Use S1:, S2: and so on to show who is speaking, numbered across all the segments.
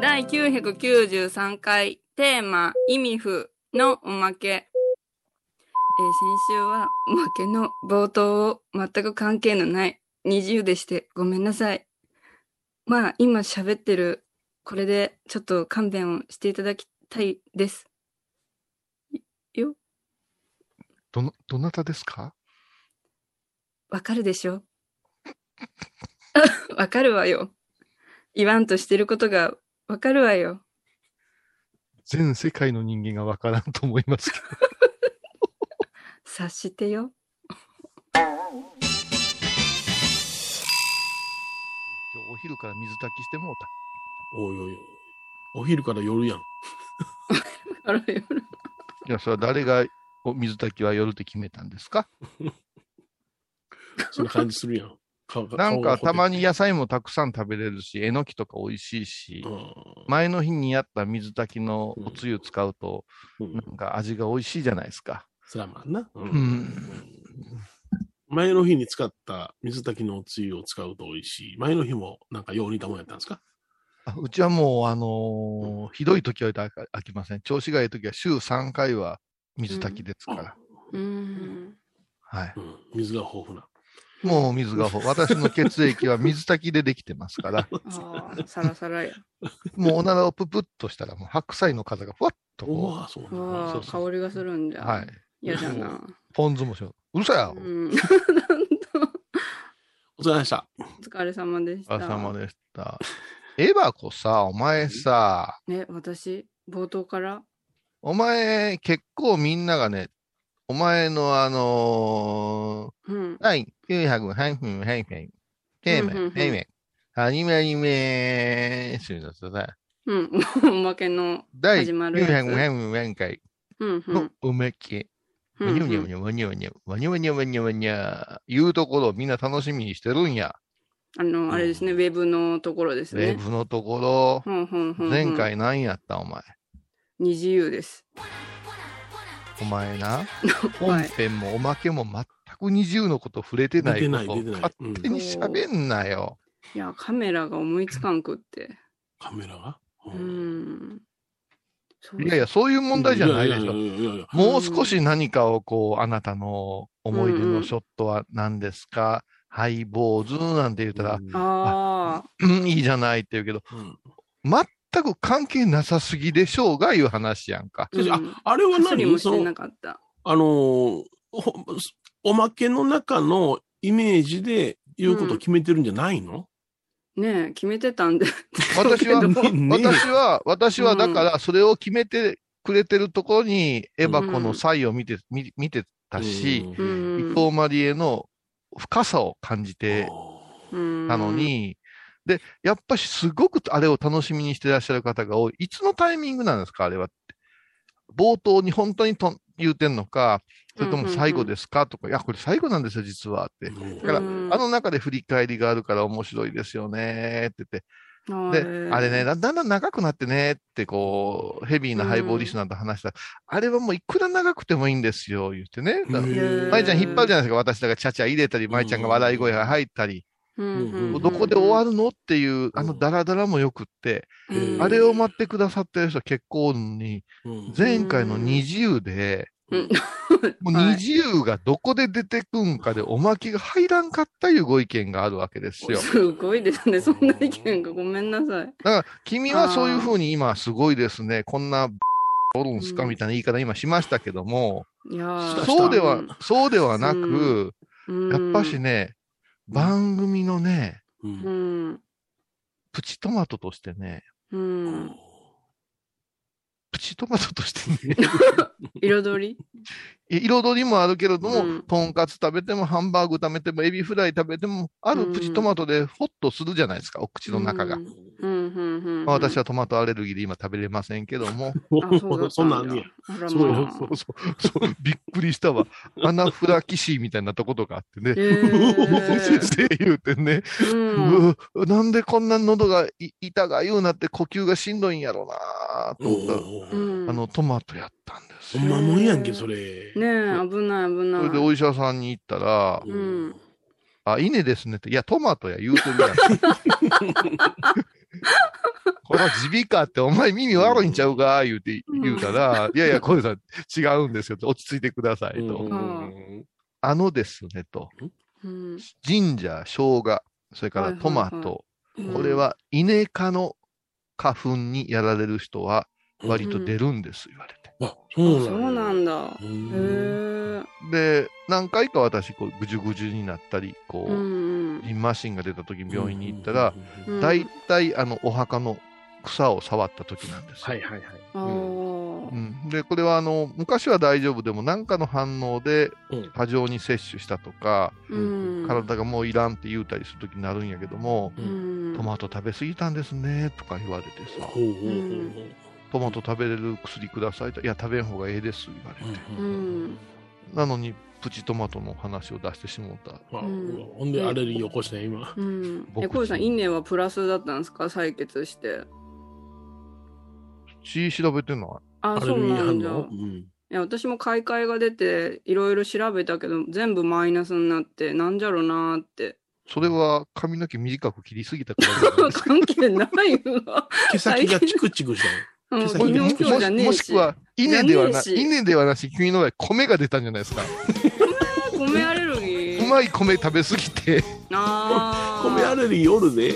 S1: 第993回テーマ「意味不」のおまけ、えー先週はおまけの冒頭を全く関係のない20でしてごめんなさいまあ今喋ってるこれでちょっと勘弁をしていただきたいです
S2: どの、どなたですか
S1: わかるでしょ わかるわよ言わんとしてることがわかるわよ
S2: 全世界の人間がわからんと思います けど。
S1: 察してよ
S2: 今日お昼から水炊きしてもうた。
S3: おいおいおい。お昼から夜やん。
S1: あらよ
S2: いや、それは誰がお水炊きは夜って決めたんですか
S3: そんな感じするやん。 顔が
S2: なんかたま。に
S3: 顔が
S2: 野菜もたくさん食べれるし、えのきとか美味しいし、
S3: ほて
S2: 前の日にやった水炊きのおつゆ使うと、
S3: うんう。
S2: なんんか味が美味しいじゃないですか。
S3: そらまあな。う
S2: うんん。
S3: 前の日に使った水炊きのおつゆを使うと美味しい。前の日もなんかよう似たもんやったんですか
S2: あうちはもう、あのーひどい時は飽飽きません。調子がいい時は週3回は水炊きですから。
S1: うーん
S2: はい。
S3: うん。水が豊富な。
S2: もう水がほ、私の血液は水炊きでできてますから、
S1: ああサラサラや
S2: もうおならをぷぷっとしたら、もう白菜の風がふわっと
S3: お
S2: こ
S3: お、そうなんだ。
S1: わ
S2: そ
S1: あ
S2: うそう
S1: 香りがするんじゃ
S2: う、はい、
S1: 嫌だな
S2: ポン酢もしよう。うるさいよ
S1: う。ん
S3: お疲れ様でした。
S1: お疲れ様でし
S2: お
S1: た
S2: 疲れ様でした。エバコさ、お前さ、
S1: ね私冒頭から
S2: お前、結構みんながね、お前のあの
S1: うん
S2: ー、はい、900、はい、はい、はい、はい、テー
S1: うんうんう
S2: マ、
S1: ん
S2: テーマ、アニメ、アニメ、すみません。
S1: うん おまけの
S2: 第
S1: 始まるやつ
S2: 900回
S1: うんう
S2: の
S1: ん
S2: おまけ。
S1: う
S2: わにゃわ
S1: ん
S2: に
S1: う
S2: ゃ
S1: ん
S2: わにゃわにゃわにゃわにゃわにゃわにゃわにゃいうところをみんな楽しみにしてるんや。
S1: あのあれですねウェブのところです
S2: ウェ
S1: ね
S2: ブのとこ
S1: ほんほんほ
S2: ろ、
S1: ん
S2: 前回何やったお前。
S1: 二自由です
S2: お前な、
S1: は
S2: 本
S1: い
S2: 編もおまけも全く二重のこと触れてないことを
S3: 出てない
S2: 勝
S3: 出てない
S2: 手に喋んなよ。
S1: いやカメラが思いつかんくって
S3: カメラが。う
S1: う。んそう
S2: いやいや、そういう問題じゃないでし
S3: や
S2: ょ。
S3: やいやいやいや。
S2: もう少し何かをこう、あなたの思い出のショットは何ですか、ハイボーズなんて言ったら、
S1: ああ
S2: うん、いいじゃないって言うけど、
S3: うん
S2: 全く関係なさすぎでしょうがいう話やんか。
S1: うん
S3: ああれは
S1: 処理も
S3: 何
S1: し
S3: そ
S1: て
S3: の
S1: なかった
S3: あのーほおまけの中のイメージで言うことを決めてるんじゃないの、
S1: ねえ決めてたんで
S2: 私は
S1: だけど
S3: ねね
S2: 私は、私
S1: う
S2: は
S1: ん
S2: だから、それを決めてくれてるところに、エバコの才を見て、見見てたし、
S1: う
S2: 伊
S1: ん
S2: 藤マリエの深さを感じて
S1: うん
S2: たのに、で、やっぱしすごくあれを楽しみにしてらっしゃる方が多い。いつのタイミングなんですか、あれはって。冒頭に本当にと言うてんのか、それとも最後ですかとか、いや、これ最後なんですよ、実はって。
S3: だ
S2: から
S1: うん
S2: あの中で振り返りがあるから面白いですよねって言って、
S1: は
S2: で
S1: い、
S2: あれね、だだんだん長くなってねって、こう、ヘビーなハイボーリスナーと話したら、あれはもういくら長くてもいいんですよ、言ってね。だから
S1: うん
S2: 舞ちゃん引っ張るじゃないですか、私だからちゃちゃ入れたり、舞ちゃんが笑い声が入ったり、
S1: うんうんうん
S3: う
S1: うんん、
S2: どこで終わるのっていう、あのダラダラもよくって、
S1: うん
S2: あれを待ってくださってる人結構おるのに、前回の二自由で、
S1: うん
S2: もう
S1: はい
S2: 二自由がどこで出てくんかでおまけが入らんかったいうご意見があるわけですよ。
S1: すごいですね。そんな意見がごめんなさい。
S2: だから、君はそういうふうに今、すごいですね、こんな、おるんすかみたいな言い方今しましたけども、
S1: いやー
S2: そうでは
S1: ん、
S2: そうではなく、
S1: うん
S2: やっぱしね、番組のね、
S3: うん
S1: う。ん。
S2: プチトマトとしてね、
S1: うん。
S2: プチトマトとし てね、
S1: 彩り
S2: い彩りもあるけれども、
S1: うん
S2: とんかつ食べても、ハンバーグ食べても、エビフライ食べても、あるプチトマトでホッとするじゃないですか、お口の中が。
S1: うんうんうんうんうん
S2: まあ、私はトマトアレルギーで今食べれませんけど も、
S1: あそうだっただ
S3: そんなんあんねや。
S1: あら
S3: すごい
S1: まあ
S2: そうそうそうびっくりしたわ。アナフラキシーみたいになったことがあってね。
S1: へー
S2: 先生言うてね、
S1: うん
S2: うーなんでこんな喉がい痛がゆうなって呼吸がしんどいんやろうなーと思ったら
S3: お
S1: う
S3: ー
S1: ん
S2: あの、トマトやったんです
S3: ほ
S2: よ。
S3: んまもんやんけ、それ。
S1: ねえ、危ない危
S2: そ
S1: ない。
S2: れでお医者さんに行ったら、
S1: ん
S2: あ、稲ですねって、いや、トマトや言うてるやん。 これは耳鼻科って、お前耳悪いんちゃうか言うて、言うたら、いやいや、小泉さん違うんですよと。落ち着いてくださいと。
S3: うん
S2: あのですねと。
S1: うん
S2: ジンジャー、生姜、それからトマト。
S1: はいはいうん
S2: これは稲科の花粉にやられる人は割と出るんです、言われて。
S3: あ、
S1: あ
S3: そうなんや
S1: そうなんだ。
S3: う
S1: へ
S3: ん
S1: え。
S2: で、何回か私、こう、ぐじゅぐじゅになったり、こ
S1: う
S2: う、
S1: ん
S2: リンマシンが出た時に病院に行ったら、、
S1: う
S3: うん
S1: ん。
S2: 大体、あの、お墓の草を触った時なんですよ。
S3: はいはいはい。
S1: あー
S2: うん、で、これは、あの、昔は大丈夫でも、何かの反応で
S3: うん
S2: 過剰に摂取したとか、
S1: うん。
S2: 体がもういらんって言うたりする時になるんやけども、
S1: うん。
S2: トマト食べ過ぎたんですね、とか言われてさ。
S3: ほうほうほうほう。
S2: トマト食べれる薬くださいと。いや、食べん方がええです、言われて。
S1: うん。
S2: なのに、プチトマトの話を出してしもうた。
S3: まあ
S1: うん
S3: ほんでアレルギー起こしたんや今。
S1: うん。
S2: 僕
S1: え、こうさん、稲はプラスだったんですか採血して。
S2: 血調べてんの
S1: あ、
S3: アレ
S1: そ
S3: ルギ
S1: う
S3: ー
S1: なんだ。
S3: 反応
S1: いや、私も買い替えが出て、いろいろ調べたけど、全部マイナスになって、なんじゃろなーって。
S2: それは髪の毛短く切りすぎたからじ ゃない
S1: 関係ないわ。
S3: 毛先がチクチクしたんや
S1: うん
S3: 毛先
S1: 昨日今
S2: もし
S1: 日じゃねえし。
S2: もしくは、稲ではな
S1: じゃねえし
S2: 稲ではなし、君の場合、米が出たんじゃないですか。
S1: 米アレルギ
S2: う
S1: ー。
S2: まい米食べ過ぎて、
S1: あー
S3: 米アレルギーおるで。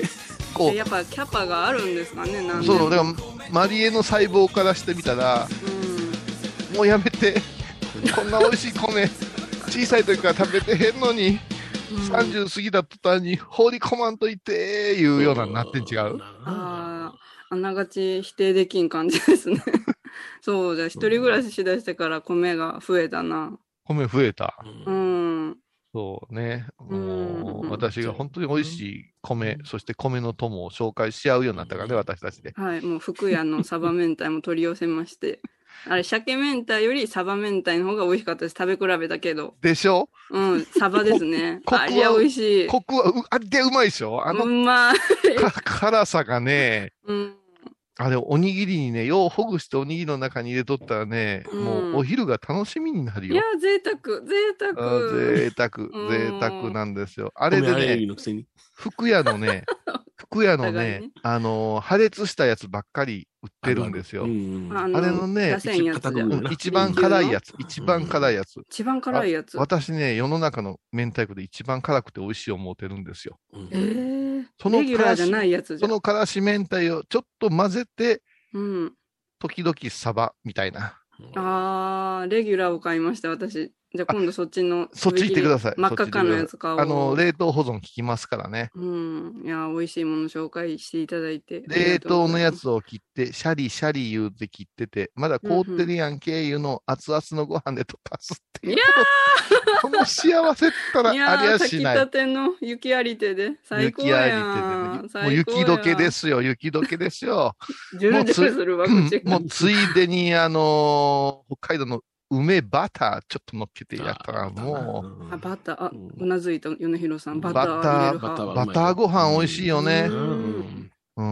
S2: こ
S1: やっぱキャパがあるんですかね、なん
S2: う、
S1: で
S2: そう、だから、マリエの細胞からしてみたら、
S1: う
S2: もうやめて、こんな美味しい米、小さい時から食べてへんのに、
S1: んうん
S2: 30過ぎた途端に放り込まんといて、いうようなになってん違う
S1: あーあながち否定できん感じですね。 そうじゃ、一人暮らししだしてから米が増えたな。
S2: 米増えた。
S1: う
S3: うん
S1: ん。
S2: そうね。も
S1: うん
S2: う、私が本当に美味しい米、そして米の友を紹介し合うようになったからね、私たちで。
S1: はい。もう福屋のサバ明太も取り寄せまして。あれ、鮭明太よりサバ明太の方が美味しかったです。食べ比べたけど。
S2: でしょ
S1: うん。サバですね。
S2: こここは
S1: あれは美味しい。
S2: コクは、うあで、うまいでしょあ
S1: う
S2: の
S1: まい。
S2: か辛さがね、
S1: うん。
S2: あれ、おにぎりにね、ようほぐしておにぎりの中に入れとったらね、
S1: うん
S2: もうお昼が楽しみになる
S1: いや
S2: よ。、
S1: 贅沢、贅
S2: あ
S1: 沢。
S2: 贅沢、贅沢なんですよ。あれで
S3: 米アレル
S2: ね、
S3: ギーのくせに。
S2: 福屋 のね、福屋の
S1: お互い
S2: ね
S1: ね、
S2: あのー、破裂したやつばっかり売ってるんですよ
S3: う。ん
S1: あ
S2: あれのね
S1: 出せんやつじゃ
S3: 一
S1: ん
S3: 番
S2: うん一番辛いやつ、一番辛いやつ。
S1: 一番辛いやつ。
S2: 私ね、世の中の明太子で一番辛くて美味しい思うてるんですよ。
S3: うん
S1: えー、
S2: その
S1: レギュラー
S2: 辛
S1: じゃな
S2: 子、
S1: いやつじ
S2: そ
S1: ゃん。
S2: の辛子明太をちょっと混ぜて、
S1: うん。
S2: 時々サバみたいな。
S1: あー、レギュラーを買いました、私。じゃあ今度そっちの。
S2: そっち行ってください
S1: 真っ赤っかのやつ買おう。
S2: あの、冷凍保存効きますからね。
S1: うん。いや、美味しいもの紹介していただいて。
S2: 冷凍のや
S1: つ。
S2: つを切って、シャリシャリ言うて切ってて、まだ凍ってるやんけいうのを熱々のご飯で溶かすっていう。
S1: いや
S2: このこの幸せったら
S1: いや
S2: あ
S1: ー、
S2: りゃ
S1: 炊
S2: し
S1: き
S2: な
S1: た
S2: い。
S1: ての雪ありてで。最高
S2: 雪ありて
S1: やん。。
S2: てね。もう雪解けですすよ、雪解けですよ。
S1: ジュルジュルするわ、こっち
S2: も
S1: が
S2: う。ついでに、あのー北海道の梅バターちょっと乗っけてやったら、も
S1: あ、バター。あ
S3: うん、
S1: うなずいた、米広さん。バター
S2: バター
S1: 入れる
S3: バター
S2: う、
S1: 派。
S3: はうまい
S2: バターご飯美味しいよ
S1: う
S2: ね。
S1: ん
S2: うー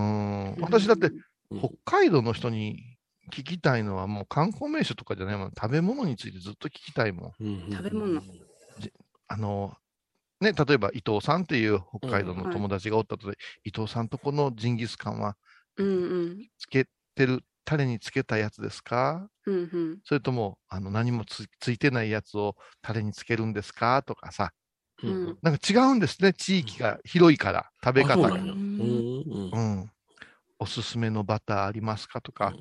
S2: ん。私だって、北海道の人に聞きたいのは、もう観光名所とかじゃないもん。食べ物についてずっと聞きたいもん。
S3: 食
S1: 食べ物
S2: あのーね、例えば伊藤さんっていう北海道の友達がおったとで、伊藤さんとこのジンギスカンは
S1: うんうん。
S2: つけてる、タレにつけたやつですか
S1: うんうん。
S2: それとも、あの、何もつついてないやつをタレにつけるんですかとかさ、
S1: うん
S2: なんか違うんですね、地域が広いから、食べ方
S3: あそうな
S2: が
S3: ん。や
S1: うん
S3: うん
S2: う。ん。おすすめのバターありますかとか、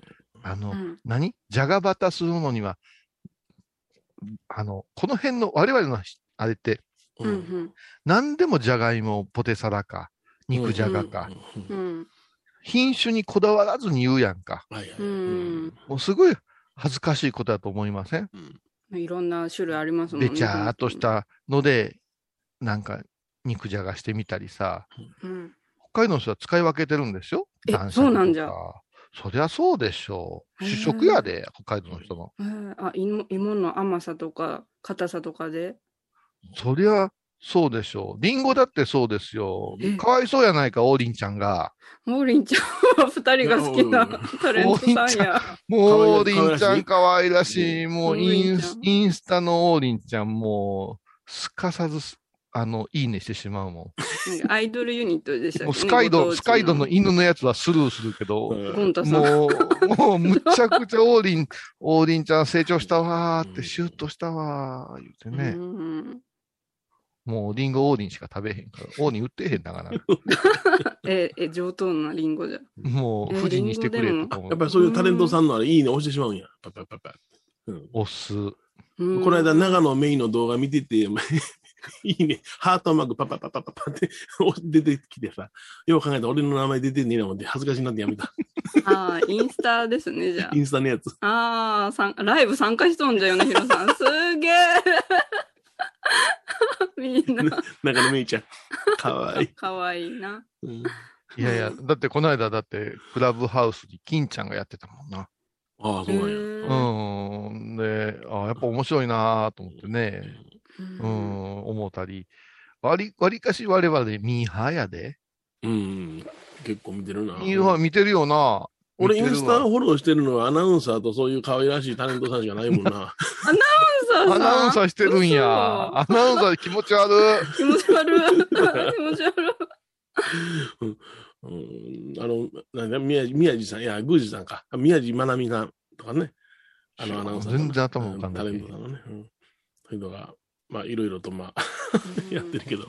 S2: あの、
S1: うん
S2: 何じゃがバターするのには、あの、この辺の我々のひあれって、
S1: うんうん
S2: 何でもじゃがいも、ポテサラか、肉じゃがか、
S3: うん
S1: うん。
S2: 品種にこだわらずに言うやんか。
S3: はいはい
S1: うん
S2: もうすごい恥ずかしいことだと思いません
S1: いろんな種類ありますもんね。
S2: べちゃーっとし。たので、なんか肉じゃがしてみたりさ、
S1: うん。
S2: 北海道の人は使い分けてるんですよ。
S1: え
S2: 断捨
S1: そ
S2: 離
S1: うなんじゃ
S2: とか。そりゃそうでしょう。
S1: へー
S2: 主食やで、北海道の人の。
S1: えーあ芋、芋の甘さとか、硬さとかで。
S2: そりゃそうでしょう。リンゴだってそうですよ
S1: え。
S2: かわいそうやないか、王林ちゃんが。
S1: 王林ちゃん は二人が好きなタレントさんや。
S2: もう王
S3: かわいい
S2: 林ちゃんかわいらしい。もうイン
S1: 王林
S2: ス
S1: ちゃん
S2: インスタの王林ちゃん、もう、すかさずす、あの、いいねしてしまうも
S1: なんかアイドルユニットでしたっけ
S2: ん。もうスカイド、スカイドの。犬のやつはスルーするけど、
S1: ご当地ゴンタさん。
S2: もう、もう、むちゃくちゃ王林、王林ちゃん成長したわーって、シュッとしたわー、言うてね。
S1: うん
S2: もう、リンゴ王林しか食べへんから、王林売ってへんだ から、
S1: え、え、上等なリンゴじゃ。
S2: もう、
S1: え
S2: 富士にしてくれ
S1: リンゴで
S2: とか思
S3: やっぱ
S2: う。
S3: りそういうタレントさんのあれ、いいね押してしまうんや。パッパッパッパッ。うん
S2: お酢。
S1: うん
S3: この間、、長野メイの動画見て て、いいね、ハートマークパッパッパッパッパッパって 出てきてさ、よう考えたら俺の名前出てんねえな思って恥ずかしになっ てやめた。
S1: ああ、インスタですね、じゃ
S3: インスタのやつ。
S1: あ。ああ、さんライブ参加しとんじゃよね、ひろさん。すげえ みんな、
S3: 長野メイちゃん。かわいい。
S1: かわいいな。
S3: うん
S2: いやいや、だってこの間、だって、クラブハウスに金ちゃんがやってたもんな。
S3: ああ、そうなんや。
S2: うーん。で、あやっぱ面白いなーと思ってね、うー、
S1: うん
S2: 思ったり。わり、わりかし我々ミーハーやで。
S3: うん。結構見てるな。
S2: ミーハー見てるよな。
S3: 俺イ
S2: 見て
S3: ン
S2: る
S3: スタ
S2: わ
S3: フォローしてるのはアナウンサーとそういう可愛らしいタレントさんしかないもん な。
S1: アナウンサーさん
S2: アナウンサーしてるんや。
S1: 嘘
S2: アナウンサー気持ち悪い。
S1: 気持ち 悪い。気持ち悪い。
S3: うん、あの、なんだ、宮宮地さん、いや、宮司さんか。宮地まなみさんとかね。あの、アナウンサーさん。
S2: 全然頭浮かんな
S3: タ
S2: い
S3: レントさんのね。うん。そういうのが、まあ、いろいろと、まあ、やってるけど。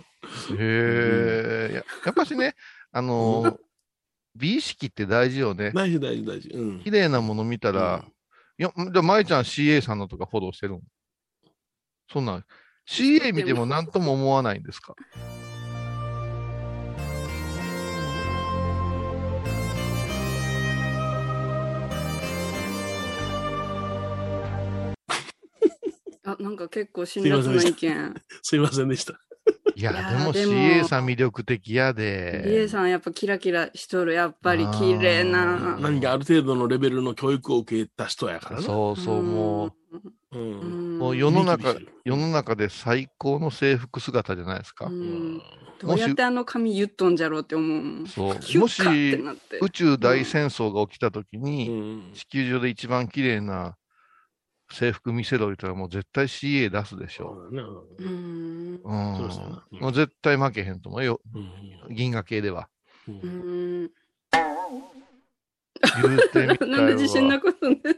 S2: へえ。ややっぱしね、あのー、美意識って大事よね。
S3: 大事、大事、大事。うん。
S2: 綺麗なもの見たら、いや、じゃあ、舞ちゃん CA さんのとかフォローしてるのそんなん、CA 見ても何とも思わないんですか
S1: あ、なんか結構辛辣な意見。
S3: すいませんでした。
S2: いや、
S1: いやー
S2: でも
S1: でも
S2: CA さん魅力的やで。
S1: リエさんやっぱキラキラしとる。やっぱり綺麗
S2: あー
S1: な。
S3: 何かある程度のレベルの教育を受けた人やからね。
S2: そうそう、も
S3: う。
S1: う
S3: うん。
S1: ん。
S2: もう世の中世の中で最高の制服姿じゃないですか。
S1: うんど
S2: も
S1: う
S2: し
S1: やってあの髪言っとんじゃろうって思うもん。
S2: そう。
S1: キュ
S2: も
S1: ッカって
S2: し、
S1: なって。
S2: 宇宙大戦争が起きたとき
S3: う
S2: に、
S3: ん。
S2: 地球上で一番綺麗な制服見せろ言ったら、もう絶対 CA 出すでし
S3: そ
S2: ょ。
S3: うだね。
S1: うん。
S2: うん。
S3: そうですよねうん
S2: もう絶対負けへんと思うよ。
S3: うん。
S2: 銀河系では。
S3: うん
S1: うん。
S2: 言うてみたいわ
S1: なんで自信なくすんで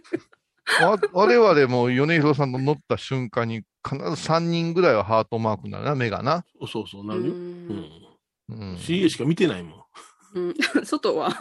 S2: わ我々も米広さんの乗った瞬間に必ず3人ぐらいはハートマークになるな、目がな。
S3: そうそうそう、
S1: う。
S3: なるよ。うんん。
S2: うん、
S3: CA しか見てないもん。
S1: うん外は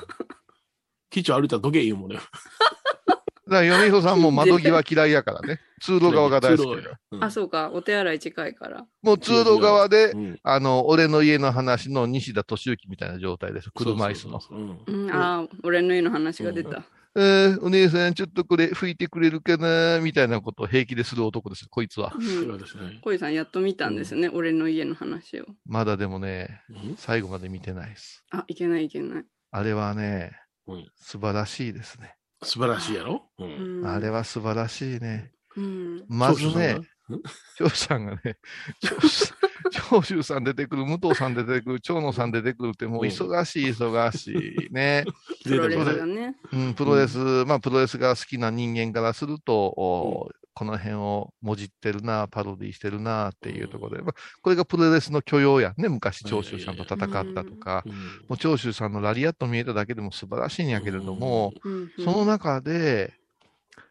S3: 基地歩いたら時計言うもんね。
S2: だから米広さんも窓際嫌いやからね。通路側が大好き
S3: 通
S2: だ
S3: 路
S2: よ。
S3: うん
S1: あ、そうか。お手洗い近いから。
S2: もう通路側で、
S3: うん
S2: あの、俺の家の話の西田敏行みたいな状態です。車椅子の。
S3: そうそうそう
S1: う
S3: うん
S1: ん。ああ、俺の家の話が出た。
S2: えーお姉さん、ちょっとこれ拭いてくれるかなみたいなことを平気でする男ですよ、こいつは。
S1: うん
S3: そうですね
S1: 小井さんやっと見たんですよね、俺の家の話を。
S2: まだでもね、
S3: うん
S2: 最後まで見てないです。
S1: あ、いけないいけない。
S2: あれはね
S3: うん、
S2: 素晴らしいですね。
S3: 素晴らしいやろうん
S1: うん、
S2: あれは素晴らしいね。
S1: うん。
S2: まず
S3: 長州さん
S2: ね
S3: が、
S2: 長州さんがね、長州長州さん出てくる、武藤さん出てくる、長野さん出てくるって、もう忙しい、忙しいね。
S1: プロレス
S2: それ
S1: がね。
S2: うん、プロレス、まあ、プロレスが好きな人間からすると、おこの辺をもじってるな、パロディしてるなっていうところで、まあ、これがプロレスの許容やんね、昔長州さんと戦ったとか、
S3: うん
S2: もう長州さんのラリアット見えただけでも素晴らしいんやけれども、
S1: うんうん
S2: その中で、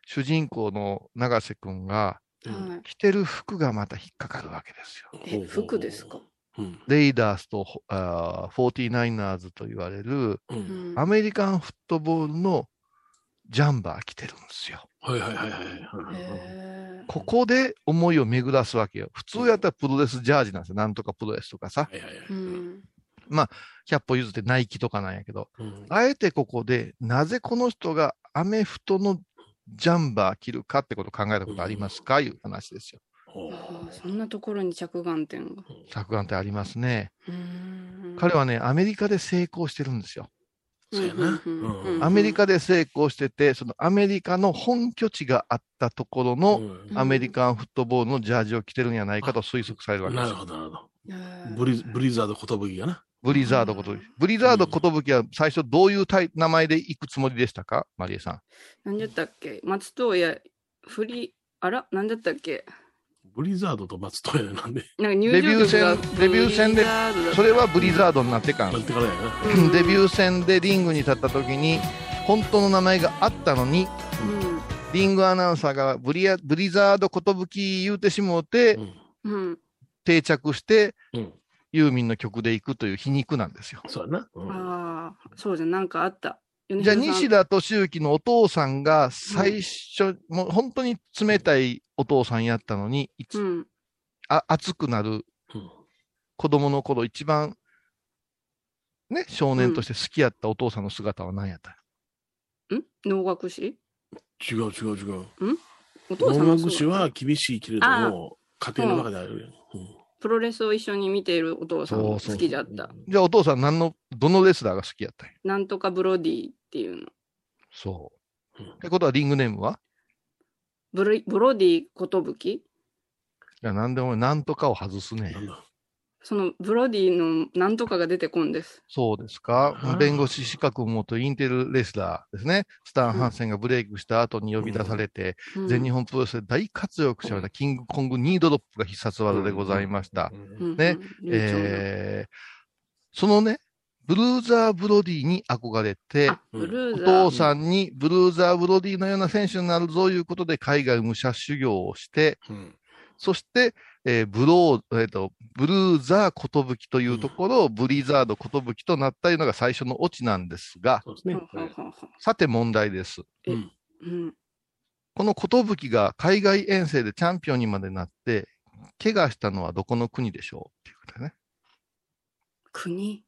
S2: 主人公の永瀬くんが
S3: うん
S1: はい
S2: 着てる服がまた引っかかるわけですよ。
S1: え、服ですか。
S3: うん
S2: レイダースとほあー 49ers と言われる
S3: う
S1: うんん
S2: アメリカンフットボールのジャンバー着てるんですよ。
S3: はいはいはいはいはいはい
S1: へ
S2: ここで思いを巡らすわけよ。普通やったらプロレスジャージなんですよ。なんとかプロレスとかさ。
S3: はいはいはい
S1: ーうん。
S2: 100歩譲ってナイキとかなんやけど。
S3: うん
S2: あえてここで、なぜこの人がアメフトのジャンバー着るかってことを考えたことありますかいう話ですよ。
S3: ほ
S1: あ
S3: う
S1: ーそんなところに着眼点が。
S2: 着眼点ありますね。
S1: うん。
S2: 彼はね、アメリカで成功してるんですよ。
S3: そうやな。
S1: うんうんうん
S3: うん
S2: アメリカで成功してて、そのアメリカの本拠地があったところの
S3: うん
S1: ん
S2: アメリカンフットボールのジャージを着てるんやないかと推測されるわけで
S3: な
S2: す
S3: る
S2: よ。
S3: ほど、なるほど。
S1: うん
S3: ブリブリザード寿がな。
S2: ブリザードことぶき。ブリザードことぶきは最初どういうタイ名前で行くつもりでしたかマリエさん。
S1: 何だったっけ松任谷、フリー、あら何だったっけ
S3: ブリザードと松任谷なんで、
S1: なんか入場曲が
S2: デビュー戦デビュー戦で
S1: ブリザードだった
S2: それはブリザードになってかん
S3: な。ってからやな。
S1: うん
S2: デビュー戦でリングに立った時に、本当の名前があったのに、リングアナウンサーがブリアブリザードことぶき言うてしもうて
S3: う、ん。
S1: うん。うん。
S2: 定着して
S3: うん。
S2: ユーミンの曲で行くという皮肉なんですよ。
S3: そうやな。うん。
S1: ああ、そうじゃん、なんかあった。
S2: じゃあ、
S1: 米
S2: 西
S1: 広
S2: 田敏行のお父さんが最初、もう本当に冷たいお父さんやったのに、いつ
S1: さんうん。
S2: あ熱くなる
S3: うん
S2: 子供の頃一番、ね、少年として好きやったお父さんの姿は何やった、
S1: ん能楽師
S3: 違う違う違う。
S1: お父さん
S3: 能
S1: の
S3: 楽師は厳しいけれども、家庭の中であるやん。うん
S1: プロレスを一緒に見ているお父さんが好きじゃった。
S2: じゃあお父さん何の、どのレスラーが好きやったんや
S1: なんとかブロディっていうの。
S2: そう。
S3: うん
S2: ってことはリングネームは
S1: ブロブロディことぶき
S2: いや、なんでもなんとかを外すね
S3: な。んだ
S1: そのブロディのなんとかが出てこんです。
S2: そうですか。
S3: うん
S2: 弁護士資格を持つインテルレスラーですね。スタン・ハンセンがブレイクした後に呼び出されて、
S1: うん
S2: 全日本プロレスで大活躍しました、キングコングニードロップが必殺技でございました。
S3: うん
S1: うん
S2: ね
S1: うん
S2: えーそのね、ブルーザー・ブロディに憧れて、
S1: あブルー
S2: お
S1: ザ
S2: 父
S1: ー
S2: さんにブルーザー・ブロディのような選手になるぞいうことで海外武者修行をして、
S3: うん
S2: そして、えーブロー、えーと、ブルーザー寿というところをブリザード寿となったいうのが最初のオチなんですが、
S3: そうですね。
S1: ほうほうほうほう
S2: さて問題です。
S3: うん
S1: うん
S2: この寿が海外遠征でチャンピオンにまでなって、怪我したのはどこの国でしょうっていうことね。
S1: 国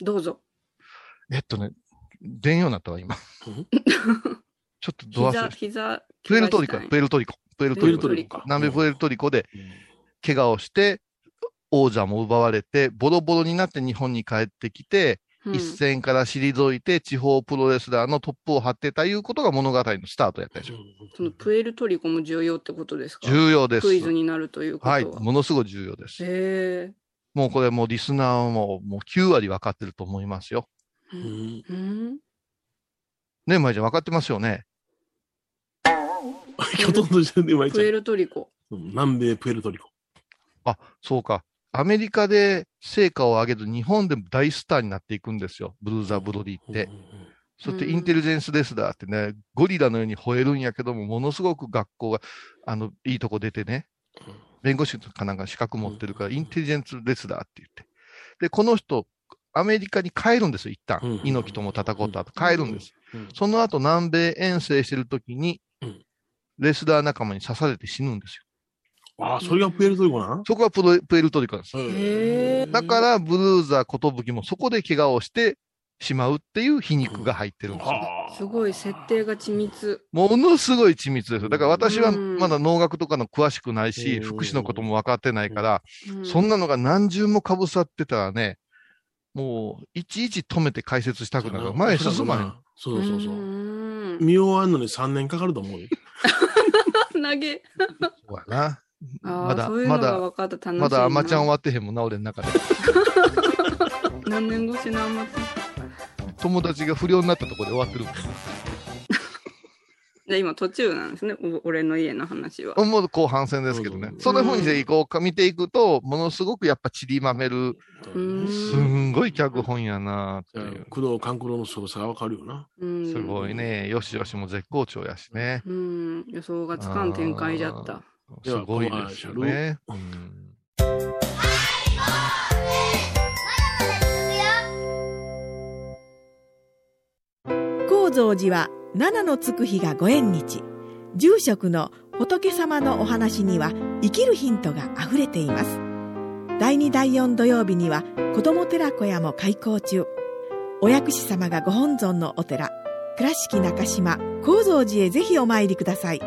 S1: どうぞ。
S2: えっとね、出んようになったわ、今。
S3: うん
S2: ちょっとドア
S1: 膝、
S2: ス
S1: 膝、
S2: プエルトリコ
S1: 怪我
S2: や、
S1: し
S2: プエルトリコ。プエル
S1: た
S2: ト
S3: プエ
S2: リ
S3: ル
S2: コ
S3: ト。
S1: プエルト
S3: リ
S1: リ
S3: コか。
S2: 南米プエルトリコで
S3: うん
S2: 怪我をして、王者も奪われて、ボロボロになって日本に帰ってきて、
S1: うん
S2: 一戦から退いて、地方プロレスラーのトップを張ってたいうことが物語のスタートやったでしょ。
S1: そのプエルトリコも重要ってことですか
S2: 重要です
S1: ク。イズになるということは。
S2: はい、ものすごい重要です。
S1: へ
S2: もうこれもうリスナーはもうもう9割分かってると思いますよ。
S1: え
S3: う。ん
S1: うん
S2: ねえ、まいちゃん分かってますよね。
S3: ほとんど自分で巻いち
S1: プ
S3: ゃ
S1: エ
S3: う。
S1: ルトリコ。
S3: うん南米プエルトリコ。
S2: あ、そうか。アメリカで成果を上げず、日本でも大スターになっていくんですよ。ブルーザー・ブロディって
S3: う。んうん
S2: そして
S1: うん
S2: インテリジェンスレスラーってね、ゴリラのように吠えるんやけども、ものすごく学校が、あの、いいとこ出てね、
S3: うん
S2: 弁護士とかなんか資格持ってるから、
S3: うん
S2: インテリジェンスレスラーって言って。で、この人、アメリカに帰るんですよ、一旦
S3: うん。
S2: 猪木とも戦った後、帰るんです。
S3: うん
S2: その後、南米遠征してる時に
S3: うん、
S2: レスラー仲間に刺されて死ぬんですよ。
S3: ああ、それがプエルトリコなん
S2: そこがプロプエルトリコなんです。
S1: へえ
S2: だから、ブルーザー寿もそこで怪我をしてしまうっていう皮肉が入ってるんですよ。
S3: はあ
S1: すごい設定が緻密。
S2: ものすごい緻密ですよ。だから私は
S1: うん
S2: まだ農学とかの詳しくないし、
S3: うん
S2: 福祉のことも分かってないから、
S1: うん
S2: そんなのが何重もかぶさってたらね、もういちいち止めて解説したくなる。前へ進まへん。
S3: そうそうそうう。
S1: ん
S3: 見終わんのに3年かかると思うよ。
S1: 投げ。
S2: そうやな。
S1: あ
S2: ま
S1: あ、
S2: だ
S1: そういう
S2: ま
S1: の
S2: だ
S1: が分かった。楽しいな。
S2: まだアマちゃん終わってへんもんな、俺の中で。
S1: 何年越しのアマちゃん。
S2: 友達が不良になったところで終わってる
S1: じゃあ今途中なんですね。お俺の家の話は。
S2: もん。もう後半戦ですけどね。そんな風にしていこうか、見ていくと、ものすごくやっぱ散りまめる、
S1: うん
S2: すんごい脚本やなっていう。
S3: 工藤官九郎の凄さがわかるよな。
S1: うん
S2: すごい。ね。よしよしも絶好調やしね。
S1: うん。予想がつかん展開じゃった。
S3: です
S2: ごいですよね。うん
S4: 高蔵寺は七のつく日がご縁日住職の仏様のお話には生きるヒントがあふれています第2第4土曜日には子ども寺小屋も開校中お薬師様がご本尊のお寺倉敷中島・高蔵寺へぜひお参りください
S3: よ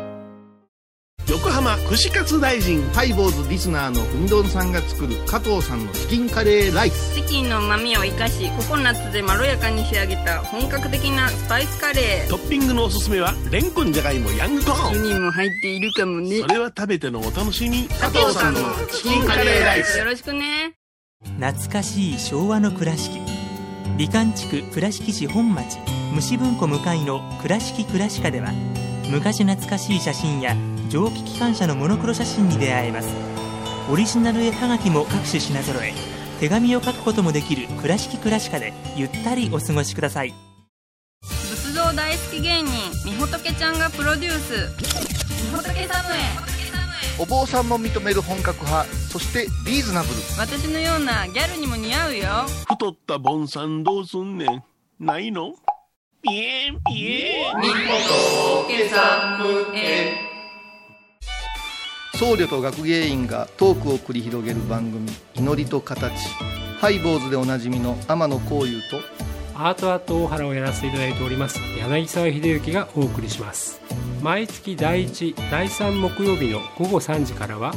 S3: 横浜串カツ大臣
S2: ハイボーズリスナーのうみどんさんが作る加藤さんのチキンカレーライス。
S1: チキンの旨味を生かしココナッツでまろやかに仕上げた本格的なスパイスカレ
S3: トッピングのおすすめはレンコンじゃがいもヤングコ
S1: ー
S3: ーン
S1: 4人も入っているかもね
S3: それは食べてのお楽しみ
S1: 加藤さんの
S3: チキンカレーライ
S1: よろしくね
S5: 懐かしい昭和の倉敷美観地区倉敷市本町虫文庫向かいの「倉敷倉敷科」では昔懐かしい写真や蒸気機関車のモノクロ写真に出会えますオリジナル絵はがきも各種品揃え手紙を書くこともできる「倉敷倉敷科」でゆったりお過ごしください
S1: 仏像大好き芸人みほとけちゃんがプロデュースみほとけサムへ
S2: お坊さんも認める本格派、そしてリーズナブル。
S1: 私のようなギャルにも似合うよ
S3: 太ったボンさんどうすんねんないのピエンピエン
S1: けサムへ
S2: 僧侶と学芸員がトークを繰り広げる番組「祈りと形」ハイボーズでおなじみの天野幸雄と
S6: アートアート大原をやらせていただいております柳沢秀幸がお送りします毎月第1第3木曜日の午後3時からは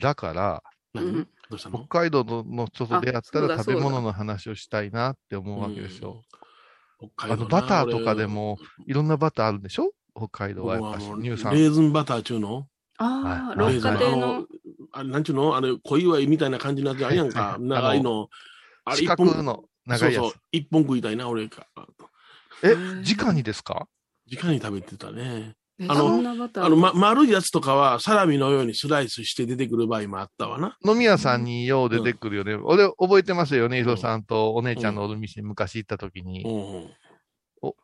S2: だから
S1: うん
S3: どうしたの
S2: 北海道のの人と出会った
S1: あそう
S2: ら
S1: だ
S2: 食べ物の話をしたいなって思うわけですよ。
S3: うん北
S2: あ
S3: 海道
S2: の
S3: な
S2: バターとかで
S3: こ
S2: もいろんなバターあるんでしょ北海
S3: れ
S2: 道はやっぱ
S3: 僕はもう
S2: 乳
S3: レ
S2: 酸。
S3: ーズンバターちゅうの
S1: ああ
S2: はい
S1: 六花
S3: レーズ
S1: 亭
S3: ンあ
S1: の
S3: あれなんちゅうのあれ小祝いみたいな感じのやつあるやん
S2: はいは
S3: か
S2: い
S3: 長いのあれ
S2: 四
S3: 一
S2: 角
S3: 本
S2: の長いやつ。
S3: そうそう一本食いたいな俺か
S2: え、直にですか
S3: 直に食べてたね
S1: え
S3: あの
S1: そんなバター
S3: あの、ま、丸いやつとかはサラミのようにスライスして出てくる場合もあったわな
S2: 飲み屋さんによう出てくるよね。俺覚えてますよね、伊藤さんとお姉ちゃんのお店に昔行った時
S3: う
S2: に。
S3: んうん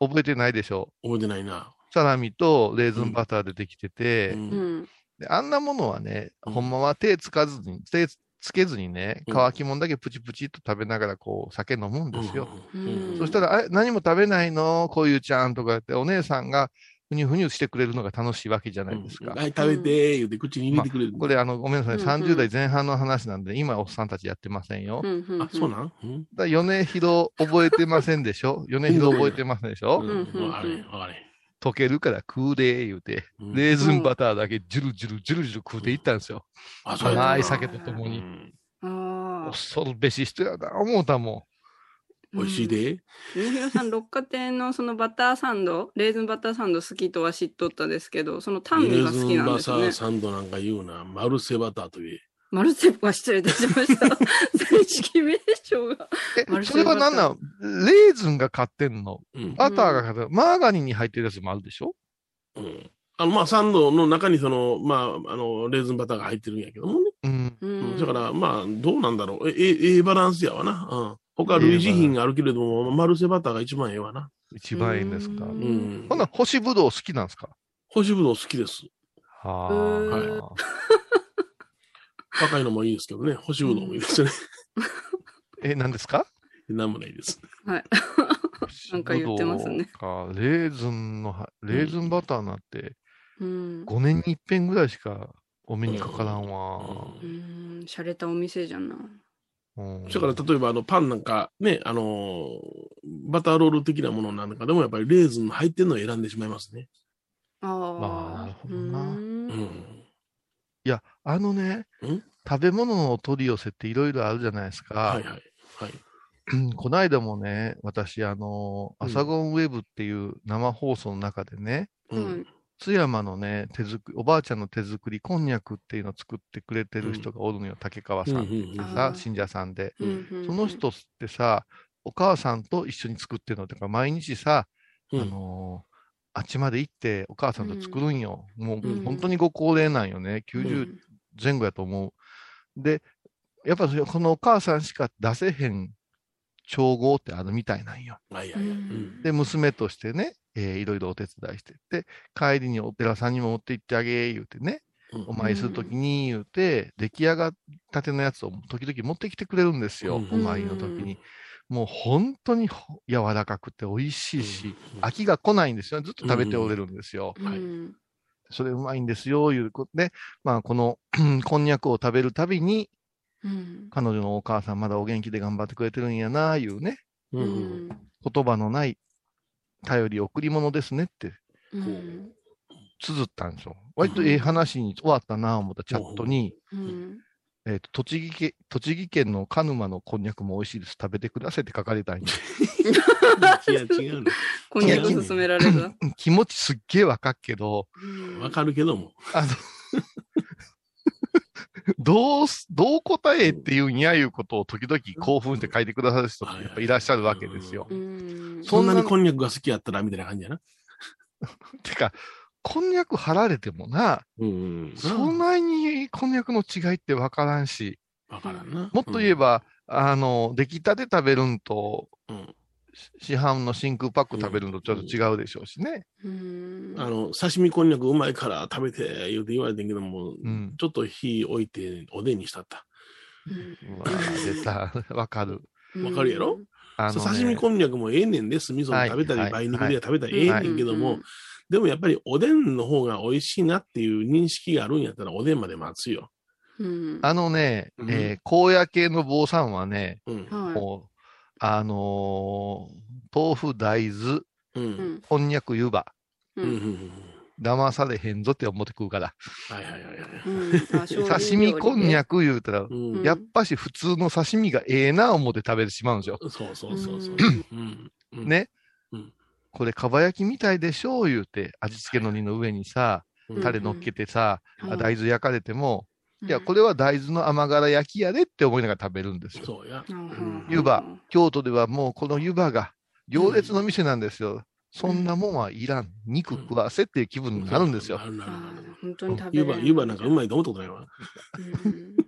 S2: お覚えてないでしょ
S3: 覚えてないな、
S2: サラミとレーズンバター出てきてて、
S3: うん
S1: うん
S2: であんなものはね、
S3: うん
S2: ほんまは手つかずに、手つけずにね、
S3: うん
S2: 乾きもんだけプチプチっと食べながらこう酒飲むんですよ。
S3: うん
S1: うん
S2: そしたら、あれ、何も食べないのこういうちゃんとか言って、お姉さんがふにゅふにゅしてくれるのが楽しいわけじゃないですか。
S3: はい、食べて、言うて口に入れてくれる。
S2: これ、あの、ごめんなさい、
S1: うんうん
S2: 30代前半の話なんで、今、おっさんたちやってませんよ。
S1: うんうん
S3: あ、そうなんうん。
S2: だ米広覚えてませんでしょ米広覚えてませんでし
S3: う
S2: ょ
S3: ん
S1: うん
S3: わかれへん、わかれへん
S2: 溶けるから食うで、言うて。
S3: うん。
S2: レーズンバターだけジュルジュルジュルジュル食うていったんですよ。
S3: あ、そうや
S2: 甘
S3: ない
S2: 酒とともに。
S1: ああ
S2: 恐るべし人やな、思うたも
S3: 美味しいで。
S1: みひろさん、六花亭のそのバターサンド、レーズンバターサンド好きとは知っとったですけど、そのタン
S3: レ
S1: メン
S3: ー
S1: が好
S3: ズ
S1: き
S3: ン
S1: なん
S3: バ
S1: です
S3: ター
S1: ね。
S3: サンドなんか言うな。マルセバターと言え。
S1: マルセップは失礼いたしま した。 正式名称が。マ
S2: ん。え、
S1: ルセ
S2: そ
S1: イ
S2: れ
S1: バ
S2: は
S1: ター
S2: 何なのレーズンが買ってんの
S3: うん。
S2: バターが買ってんのマーガリンに入ってるやつもあるでしょ
S3: うんあの、まあ、サンドの中にその、まあ、あの、レーズンバターが入ってるんやけどもね。
S2: うん。
S1: う
S3: うんんだから、まあ、どうなんだろう。え、え、ええバランスやわな。うん。他類似品があるけれども、マルセバターが一番ええわな。
S2: 一番いいんですか
S1: う。
S3: うんん
S2: ほ。な、干しぶどう好きなんですか
S3: 干しぶどう好きです。
S2: は
S1: うーん
S2: あ。
S3: 高いのもいいですけどね。干しぶどうもいいですよね。
S2: え、何ですか
S3: なんもないです。
S1: はい。なんか言ってますね
S2: 干しぶどうか。レーズンのは、レーズンバターなんて
S1: うん。
S2: 5年に一遍ぐらいしかお目にかからん
S3: う
S2: わ。
S3: ん
S1: うん、洒落たお店じゃな。
S2: うん
S3: だから例えばあのパンなんかね、あのーバターロール的なものなんかでもやっぱりレーズン入ってるのを選んでしまいますね。
S1: あ
S2: まあなる
S1: あ
S2: ほ
S1: う。
S2: どなん
S3: うんん。
S2: いや、あのね
S3: ん、
S2: 食べ物のお取り寄せっていろいろあるじゃないですか。
S3: はいはい。はい。
S2: うん この間もね、私、あの、
S3: うん
S2: アサゴンウェブっていう生放送の中でね、
S3: う
S1: はい
S3: ん。
S2: 津山のね、手作り、おばあちゃんの手作りこんにゃくっていうのを作ってくれてる人がおるのよ、竹川
S3: うん
S2: さんって
S3: うん
S1: あ
S2: さ
S1: ー、
S2: 信者さんで。
S1: うんうん
S2: その人ってさ、お母さんと一緒に作ってるのとか、毎日さ、あ
S3: うん
S2: のーあっちまで行ってお母さんと作るんよ。もう
S1: うん
S2: 本当にご高齢なんよね。
S1: う
S2: 90
S1: ん
S2: 前後やと思う。で、やっぱそこのお母さんしか出せへん調合ってあるみたいなんよ。
S3: はいはいはい。うん
S2: で、娘としてね、えーいろいろお手伝いしてって、帰りにお寺さんにも持って行ってあげ、言うてね、
S3: うん
S2: お参りするときに言うて、出来上がったてのやつを時々持ってきてくれるんですよ、
S3: うん
S2: お参りの時に。もう本当にほ柔らかくて美味しいし、
S3: うん
S2: 飽きが来ないんですよね。ずっと食べておれるんですよ。
S1: う
S3: はい
S1: ん
S2: それうまいんですよ、いうことで、まあ、この こんにゃくを食べるたびに、
S1: うん
S2: 彼女のお母さんまだお元気で頑張ってくれてるんやな、いうね、
S3: うんうん
S2: 言葉のない頼り贈り物ですねって
S1: うん。
S2: 綴ったんですよ。割とええ話に終わったなぁ思ったチャットに、
S1: うん。
S2: えっと栃木県、栃木県の鹿沼のこんにゃくも美味しいです。食べてくださいって書かれたんで、
S3: いや、違う
S1: こんにゃく勧められた。
S2: うん 気持ちすっげえわかっけど、
S3: の。わかるけども。
S2: あの、 どうす、どう答えっていうんやいうことを時々興奮して書いてくださる人もやっぱいらっしゃるわけですよ
S1: う。ん。
S2: そ
S3: そんなに
S2: そんな
S3: こんにゃくが好きやったら、みたいな感じやな。
S2: てか、こんにゃく貼られてもな、
S3: うん
S2: そんなにこんにゃくの違いってわからんし、
S3: わからんな。
S2: もっと言えば、あの、出来たて食べるんと、
S3: うん、うん
S2: し市販の真空パック食べるんとちょっと違うでしょうしね。
S1: うん。
S3: あの、刺身こんにゃくうまいから食べて、言うて言われてんけども、
S2: ん
S3: ちょっと火置いて、おでんにしたった。
S2: うわ出た。わかる。
S1: うん
S3: わかるやろ
S2: あ
S3: そう
S2: ね
S3: 刺身こんにゃくもええねんで、酢味噌
S2: は
S3: で
S2: い
S3: 食べた
S2: は
S3: り、
S2: い
S3: 梅肉で食べたりええねんけども、、でもやっぱりおでんの方が美味しいなっていう認識があるんやったら、おでんまで待つよ。
S1: うん。
S2: あのね、
S3: うん
S2: えー荒野系の坊さんはね、
S3: うん。
S1: は
S2: もう、あのー豆腐、大豆、
S3: うん。
S1: い。うん。
S2: こんにゃく、湯葉、
S1: う。
S3: うんうんうんん
S2: 騙されへんぞって思ってくるから。
S3: はいはいはいはい。
S2: 刺身、こんにゃ
S1: く。
S2: く言うたら、
S3: うん。
S2: やっぱし普通の刺身がええな思って食べてしまうんですよ。
S3: そうそうそうそう。うん。うん。
S2: ね。
S3: うん
S2: これ、かば焼きみたいでしょう言うて、味付けのりの上にさ、
S3: うん
S2: タレ乗っけてさ、
S1: うん
S2: あ大豆焼かれても、いや、こ
S1: れ。
S2: れは大豆の甘辛焼きやでって思いながら食べるんですよ。
S3: そうや。
S1: うん
S2: 湯葉、京都ではもうこの湯葉が行列の店なんですよ。そんなもんはいらん。肉食わせっていう気分になるんですよ
S3: な。るなるなる。
S1: 本当に食べ
S3: 湯葉、湯葉なんかうまいと思ったことないわ。
S1: うん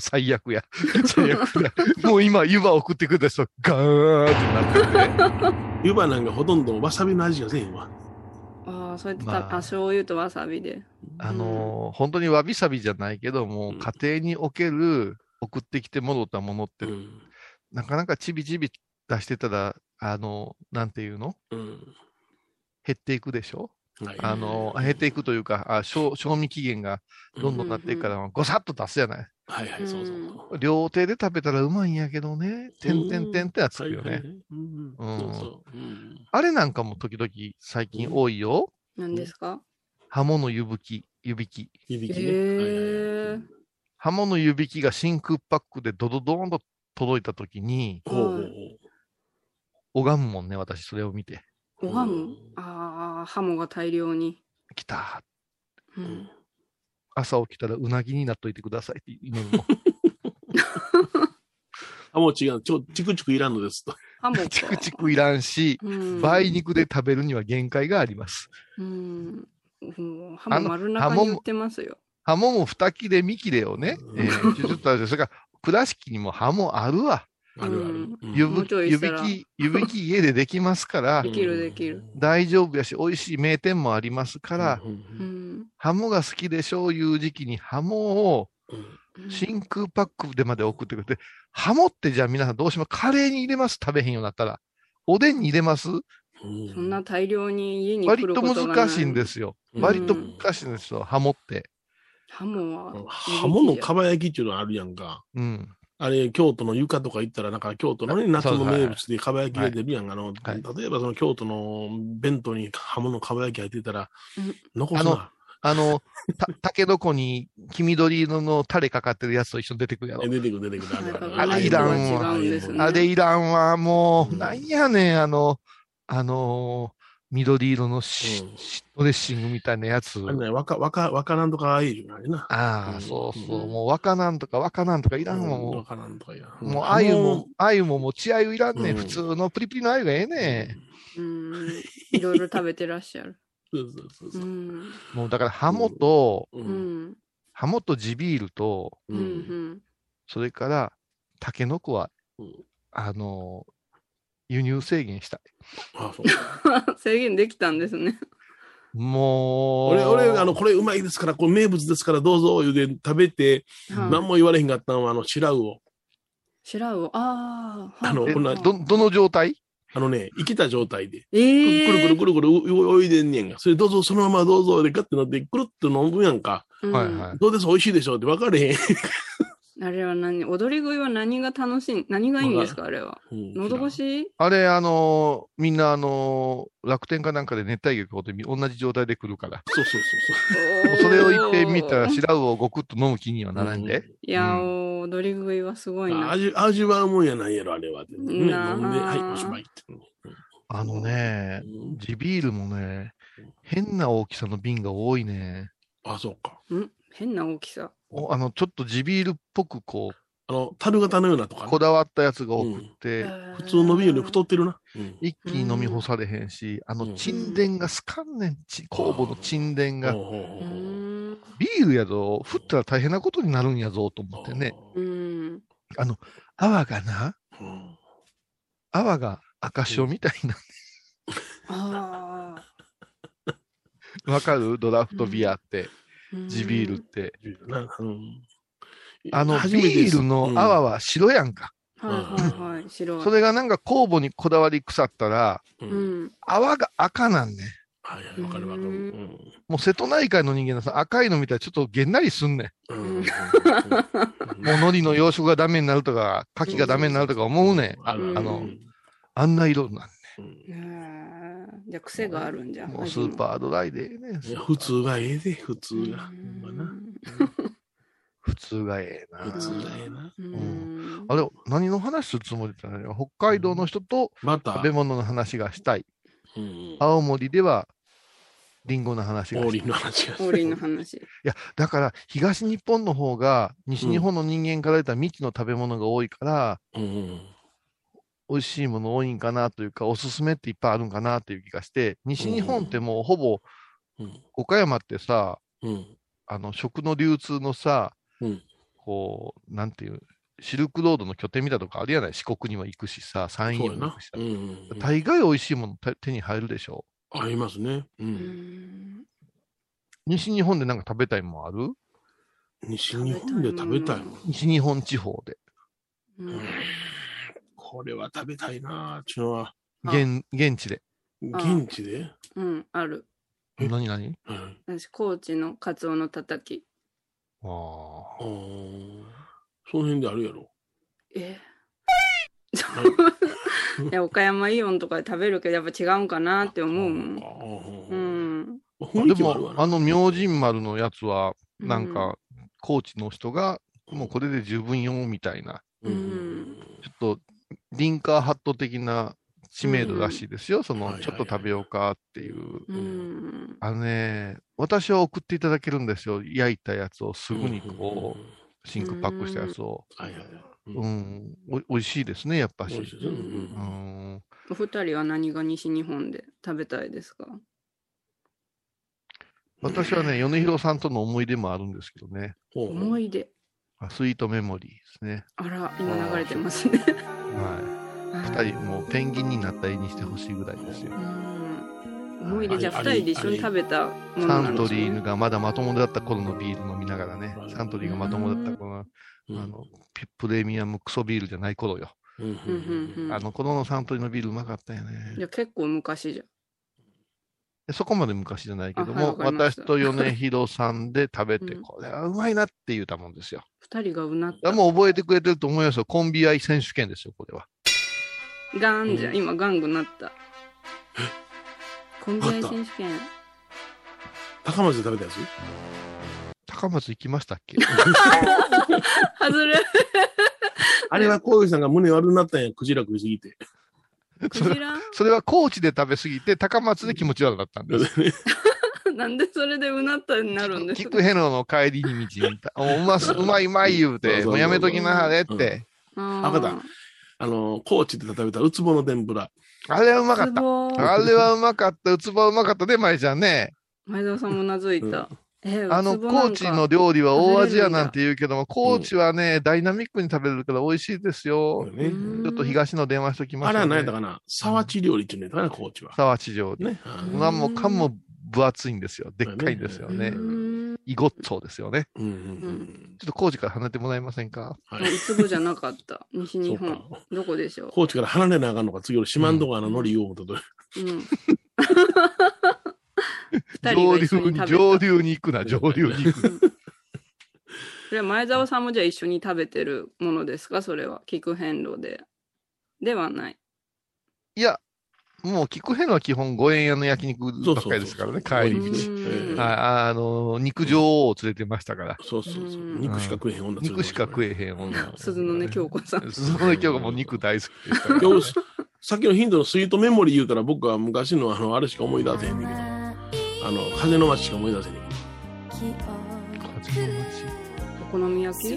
S2: 最悪や。最悪や。もう今湯葉送ってくれた人、ガーンってなってて。
S3: 湯葉なんかほとんどわさびの味がせえへんわ。
S1: ああ、そうやってた、
S2: まあ
S1: あ、醤油とわさびで。
S2: あのー本当にわびさびじゃないけども、
S3: うん
S2: 家庭における送ってきて戻ったものって、
S3: うん。
S2: なかなかちびちび出してたら、あのなんていうの
S3: うん。
S2: 減っていくでしょ
S3: はい
S2: あの減っていくというか、あ賞賞味期限がどんどんなっていくから、ごさっと出すじゃない。
S3: はいはい、そうそう
S1: うん
S3: そう。
S2: 料亭で食べたらうまいんやけどね、てんてんてんってやつくよね。。
S3: うん。そうそう。うん。
S2: あれなんかも時々最近多いよ。
S1: 何ですか
S2: 刃物湯引き、湯引き。
S3: 湯引きね。
S1: へえ。
S2: 刃物湯引きが真空パックでドドドーンと届いた時に、
S3: ほうほうほう。
S2: 拝むもんね、私それを見て。
S1: おは
S3: う
S1: む
S3: ん
S1: ああ、ハモが大量に。
S2: 来た。
S1: う
S3: うん
S1: ん。
S2: 朝起きたらうなぎになっといてくださいって今 のも。
S3: あ、もう違う。ちょ、チクチクいらんのですと。
S1: ハモか。
S2: チクチクいらんし、
S1: うん。
S2: 梅肉で食べるには限界があります。
S1: うん。もうハ
S2: あ
S1: モ
S2: の
S1: 丸中に売ってますよ。
S2: 刃物も二切れ、三切れをね、
S3: うん
S2: えー、ちょっとあるでそれから倉敷にも刃物あるわ。
S3: あるある。うん
S2: 湯
S1: もう
S2: 引
S1: ちょい
S2: 湯
S1: したら
S2: 引き、湯引き家でできますから
S1: で、きるできる。
S2: 大丈夫やし、美味しい名店もありますから、
S3: うん
S1: う。ん。
S2: ハモが好きでしょういう時期にハモを
S3: うん
S1: うん
S2: 真空パックでまで送ってくれて、ハモってじゃあ皆さんどうしますカレーに入れます食べへんようになったら。おでんに入れます
S3: うん
S1: そんな大量に家に来
S2: 割
S1: る
S2: と
S1: ことがない。
S2: 難しいんですよ。
S3: うん
S2: 割と難しいんですよ、ハモって。
S1: ハモは。
S3: 刃物かば焼きっていうのあるやんか。
S2: うん。
S3: あれ、京都の床とか行ったら、なんか京都のね
S2: はい
S3: 夏の
S2: そうそう
S3: 名物でかば焼きが出るやんか。あの、
S2: は
S3: 例えばその京都の弁当に刃物かば焼き入ってたら
S1: うん、
S3: 残すな。
S2: あの、た、 たけのこに黄緑色のタレかかってるやつと一緒に出てくるやろ
S3: え。出てくる出てくる。ある
S2: あれいらん
S1: わ違うんですね
S2: あれいらんわ、もう、
S3: うん
S2: なんやねん、あの、あのー緑色のし
S3: うん
S2: しドレッシングみたいなやつ。
S3: あれね、わか、わか、わからんとかああいうのあれな。
S2: あ
S3: う
S2: あ、
S3: ん
S2: そうそうう。
S1: ん
S2: もう、若なんとか若なんとかいらんわ、
S3: わ
S2: も
S3: からんとかいらん
S2: う。もう、あゆも、、あゆも、もう、ちあゆいらんね
S3: うん
S2: ん。普通のプリプリのあゆがええね
S1: うん。いろいろ食べてらっしゃる。
S3: そうそう そう
S1: う
S3: そう。
S1: ん。
S2: ん。もう、だから、ハモと、
S3: う
S1: う。ん。
S2: ハモと地ビールと、
S1: うん。うん。
S2: それから、タケノコは
S3: うん、
S2: あのー、輸入制限したい。
S3: あ、そう。
S1: 制限できたんですね。
S2: もう、
S3: 俺、俺、あの、、これうまいですから、これ名物ですから、どうぞ、言うて食べて、
S1: はい
S3: 何も言われへんかったのは、あの、白魚を。
S1: 白魚、ああ。
S3: あの
S1: はい
S2: え
S3: こんな
S2: ど、どの状態
S3: あのね、生きた状態で、
S1: え
S3: くるくる
S1: ー
S3: くるくるくる泳いでんねんが、それどうぞ、そのままどうぞ、で、ガッてなって、くるっと飲むやんか。
S1: うん
S2: はいはい。
S3: どうです、美味しいでしょって分かれへん。
S1: あれは何、踊り食いは何が楽しい、何がいいんですか、あれは。
S3: うん
S1: 喉越し
S2: あれ、あのーみんな、あのー楽天かなんかで熱帯魚買うてみ、同じ状態で来るから。
S3: そうそうそ
S1: お
S3: う
S1: ー
S2: それを言ってみたら、白魚をごくっと飲む気には
S3: そう。
S2: ならんで。
S1: いや、おー踊り食いはすごいな。
S3: 味味わうもんやないやろ、あれは。ね、飲んで、
S1: なあ
S3: はい、おしまいって。
S2: あのね、
S3: うん
S2: 地ビールもね、変な大きさの瓶が多いね。
S3: あ、そうか。
S1: ん変な大きさ。
S2: おあの、ちょっと地ビールっぽく、こう、
S3: あの、樽型のようなとかね、
S2: こだわったやつが多
S3: う
S2: く
S3: ん
S2: て、
S1: 普
S3: 普通のビールより太ってるな。うん
S2: 一気に飲み干されへんし、あ
S3: う
S2: の、
S3: ん
S2: 沈殿がすかんねん、ち酵母の沈殿
S3: ほう
S2: が、
S3: ほう
S1: う
S3: ほうほう
S1: ーん。
S2: ビールやぞ、降ったら大変なことになるんやぞ、と思ってね、
S1: う。ーん。
S2: 泡がな、
S3: うん
S2: 泡が赤潮みたいな。
S1: ああ。
S2: わかるドラフトビアって、地ビールっ
S1: ル。
S2: て。
S3: ビールなうん
S2: あの、
S3: 初めてで
S2: ビ
S3: す
S2: ールの泡
S3: うん
S2: は白やんか。
S1: はいはいはい。白い。
S2: それがなんか酵母にこだわり腐ったら、
S3: うん
S1: うん。
S2: 泡が赤なんね。
S3: はいはい、わかるわかる。
S1: う
S3: うんん
S2: もう瀬戸内海の人間のさ、赤いの見たらちょっとげんなりすんね
S3: うん
S1: うん
S2: ん。も う海苔の養殖がダメになるとか、牡蠣がダメになるとか思うねん。あ
S1: る
S2: あ
S1: う
S2: の、
S1: ん
S2: あんな色なん
S3: うん
S1: ねえじゃあ癖があるんじゃ。
S2: ねもうスーパードライでええねん
S3: いや普通がええで、普通が。ほ
S1: うん
S3: まな。
S2: 普通がええ
S3: 普
S2: な。
S3: 通がええな。
S1: ーん。うん
S2: あれ、何の話するつもりだったのよ北海道の人と
S3: バタ
S2: 食べ
S3: ー。
S2: 物の話がしたい。
S3: うん
S2: 青森では、リンゴの話がしたい
S3: 王林の話が。
S1: 王林の話。
S2: いや、だから東日本の方が西日本の人間から言ったら未知の食べ物が多いから、
S3: うんうん
S2: 美味しいもの多いんかなというか、おすすめっていっぱいあるんかなという気がして、西日本ってもうほぼ、
S3: うん
S2: 岡山ってさ、
S3: うん
S2: あの食の流通のさ、
S3: うん
S2: こう、なんていう、シルクロードの拠点みたいなとこあるやない、四国にも行くしさ、山陰
S3: そう
S2: にも行
S3: やな
S2: くし。さ
S3: うんうんうん
S2: 大概美味しいものた手に入るでしょ。
S3: ありますね。う
S1: うんん。
S2: 西日本でなんか食べたいもんある
S3: 西日本で食べたいもん。
S2: 西日本地方で。
S1: うん
S3: これは食べたいなーっていうのは、
S1: あ
S2: 現現地で。
S3: 現地で。
S1: うん、ある。
S3: え
S2: 何何
S3: うん
S1: 私、高知のカツオのたたき。
S2: ああ
S3: あ。ーその辺であるやろ。
S1: え
S3: は い。
S1: や、岡山イオンとかで食べるけど、やっぱ違うんかなって思うもん。うんん。
S3: 雰
S2: で
S3: 囲気もある
S2: も
S3: わ、な
S2: あの明神丸のやつは、なんか、高知の人が、もうこれで十分よ、みたいな、
S1: うん
S2: ちょっと、リンカーハット的な知名度らしいですよ。そ
S3: はい
S2: の、
S3: はい
S2: ちょっと食べようかっていう。
S1: うん。うん。
S2: あのね、私は送っていただけるんですよ。焼いたやつを、すぐにこ
S3: うん。
S2: う、真空パックしたやつを。
S3: はいはいはい。
S2: う
S3: うん
S2: ん、お美味しいですね、やっぱ
S3: 美味しい
S2: し。
S3: ですねうん
S2: う
S3: うん
S2: ん、
S1: お二人は何が西日本で食べたいですか
S2: 私はね、米広さんとの思い出もあるんですけどね。
S3: ほう
S1: 思い出。
S2: あスイートメモリーですね。
S1: あら、今流れてますね。
S2: は。
S1: はい
S2: 二人、もうペンギンになった絵にしてほしいぐらいですよ。
S1: うん思い出、じゃあ
S3: あ
S1: 二
S3: れ
S1: 人で一緒に食べたもの
S2: サ
S1: な
S2: ン
S1: ん
S2: ト
S1: ですね
S2: リーヌがまだまともだった頃のビール飲みながらね
S3: は、い
S2: サントリーがまともだった頃の、
S3: うん
S2: あのピプレミアムクソビールじゃない頃よ。
S3: う
S1: う
S3: ん
S1: んうんうん
S2: あの頃のサントリーのビールうまかったよ
S1: い
S2: ね。
S1: や、結構昔じゃん。
S2: でそこまで昔じゃないけど
S1: あはいわ
S2: も、
S1: かりまし
S2: 私
S1: た
S2: と米広さんで食べて、
S1: うん
S2: これはうまいなって言うたもんですよ。
S1: 二人がうなっ
S2: いや
S1: た。
S2: もう覚えてくれてると思いますよ。コンビ愛選手権ですよ、これは。
S1: ガンじゃん。
S3: うん
S1: 今、ガングな った。コンビ愛選手権。
S3: 高松で食べたやつ
S2: 高松行きましたっけ
S1: 外れ。
S3: あれは小池さんが胸悪くなったんや、クジラ食いすぎて。
S1: クジラ
S2: それは高知で食べ過ぎて、高松で気持ち悪かったんです。
S1: なんでそれでうなったになるんです
S2: キ
S1: か
S2: クヘロの帰りに道に、おうます、うまいうまい言う
S3: そうそう
S2: て、
S3: そう
S2: もうやめときなはれって。
S1: あ
S3: 赤だあの、高知で食べたウツボの天ぷら。
S2: あれはうまか
S1: だ。
S2: っ
S1: つ
S2: た。
S1: ぼー
S2: あれはうまかった。うつぼはうまかったね、まいちゃんね。
S1: 前澤さんもうなずいた。えー、
S2: あ
S1: ウ
S2: の、
S1: ツボなんか
S2: 高知の料理は大味やなんて言うけども、高知はね、ダイナミックに食べれるから美味しいですよ。
S3: ね
S1: うん
S2: ちょっと東の電話しときま
S3: あ
S2: し
S3: れ
S2: ょう、
S3: は
S2: ね。
S3: 何やったかな沢地料理っていうんやったかな、高知は。
S2: 沢地上で。
S3: ね。
S1: うん
S2: 何もかんも分厚いんですよ。でっかいんですよ
S1: う
S2: ね。
S1: ーん。
S2: イゴッツォですよね。
S3: うんうんうん。
S2: ちょっと高知から離れてもらえませんか
S3: は
S1: あい
S3: い。
S1: つぼじゃなかった。西
S3: そ
S1: 日
S3: うか
S1: 本。。どこでしょ
S3: 高知から離れなあかんのか、次俺、島んとこあの、海苔を思ったと。
S1: う。 うん。二人が
S2: 上
S1: 一緒
S2: 流
S1: に食べ
S2: に、
S1: た
S2: 上流に行くな、上流に行くな。
S1: じゃあ前澤さんもじゃあ一緒に食べてるものですかそれは。聞く変路で。ではない。
S2: いや、もう、キックヘンは基本5円屋の焼肉ばっかりですからね、
S3: そうそうそう
S2: 帰り
S1: う
S2: 道。
S1: ん
S3: は
S2: ああの、肉女王を連れてましたから。
S3: そうそうそう。
S1: うん
S3: 肉しか食えへん女連れてま
S2: 肉
S3: た
S2: しか食えへん女。
S1: 鈴 のね、京子さん。
S2: 鈴のね、京子も肉大好きでしたから。
S3: 今日、さっきのヒントのスイートメモリー言うたら僕は昔のあの、あれしか思い出せへんねんけど、あの、風の街しか思い出せへんねんけ
S1: お好み焼き
S3: ど、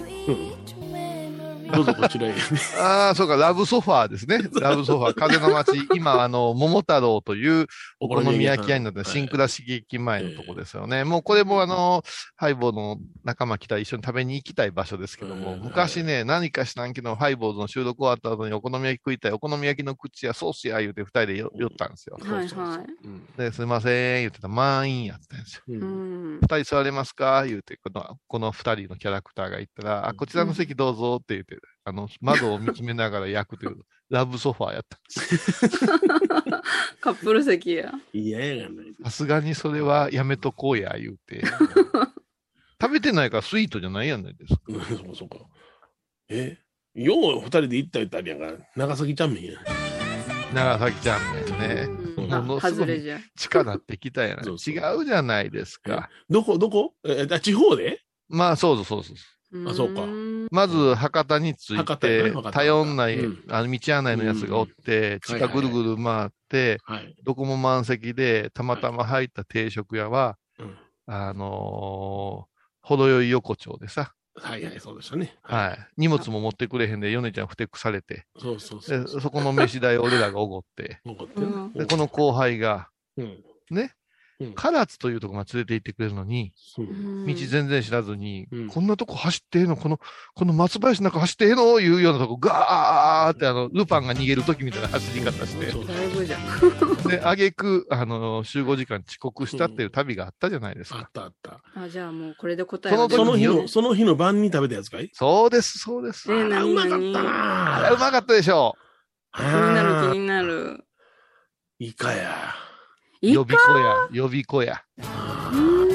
S3: どうぞこちらへ。
S2: ああ、そうか、ラブソファーです ね。ラブソファー、風の街。今、あの、桃太郎というお好み焼き屋になった新倉敷駅前のとこですよね。もうこれもあの、ハイボーの仲間来たら一緒に食べに行きたい場所ですけど
S3: は
S2: も、
S3: い。
S2: 昔ね、何かしなんけど、ハイボーの収録終わった後にお好み焼き食いたい、お好み焼きの口やソースや言うて二人でよ寄ったんですよ。
S1: はいはい
S3: うん
S2: で、すいません、言ってたら満員やったんですよ。
S3: う
S1: うんん。
S2: 二人座れますか言うて、この、この二人のキャラクターが言ったら、あ、こちらの席どうぞって言って、あの、窓を見つめながら焼くという、 ラブソファーやった。
S1: カップル席や。
S3: いややがない。
S2: さすがにそれはやめとこうや、言うて。食べてないからスイートじゃないやないですか。
S3: うんそうかそうか。えよう二人で行った言ったらあれやんから、長崎ちゃんめんやん。
S2: 長崎ちゃんね。
S1: うん
S2: もの
S1: あ
S2: すごい
S1: 外れじゃ。
S2: 近なってきたやない。
S3: そうそう
S2: 違うじゃないですか。
S3: どこどこえあ地方で
S2: まあ、そうそうそうそう。
S3: あそうか
S1: ん
S2: まず、博多に着い
S3: 博多やな
S2: て
S3: 博多、
S2: 頼んない、
S3: うん
S2: あの道案内のやつがおって、
S3: うん
S2: 地下ぐるぐる回って、
S3: はい。
S2: どこも満席で、たまたま入った定食屋は、
S3: うん
S2: あのー、程よい横丁でさ、
S3: はいはい、そうでしたね。い。
S2: はい。荷物も持ってくれへんで、ヨネちゃんふてくされて、
S3: そうそうそう
S2: で。そこの飯代俺らがおごって、
S3: 残ってね
S1: うん
S2: で、この後輩が、
S3: うん。
S2: ね
S3: うん、
S2: 唐津というとこまで連れて行ってくれるのに、
S3: う
S1: うんん
S2: 道全然知らずに、
S3: うん
S2: こんなとこ走ってええのこの、この松林の中走ってええのいうようなとこ、ガーってあの、ルパンが逃げる時みたいな走り方して、
S3: そう
S1: だいぶじゃん。
S2: で、あげく、あの、集合時間遅刻したっていう旅があったじゃないです
S3: あ
S2: か
S3: っ。たあった。
S1: あ、じゃあもうこれで答えは出
S2: そ
S3: そ
S1: る
S2: の
S3: の
S2: 時
S3: 日
S2: に
S3: の、その日の晩に食べたやつかい
S2: そうです、そうです。
S1: え
S3: あーう
S1: 何
S3: まか
S1: 々
S3: った
S2: あ
S3: な
S2: れうまかったでしょ
S1: 気にな
S3: あ
S1: る
S3: ー
S1: 気になる。
S3: イカや。
S2: う。
S1: い
S2: 予
S1: い
S2: 備校や、予備校や。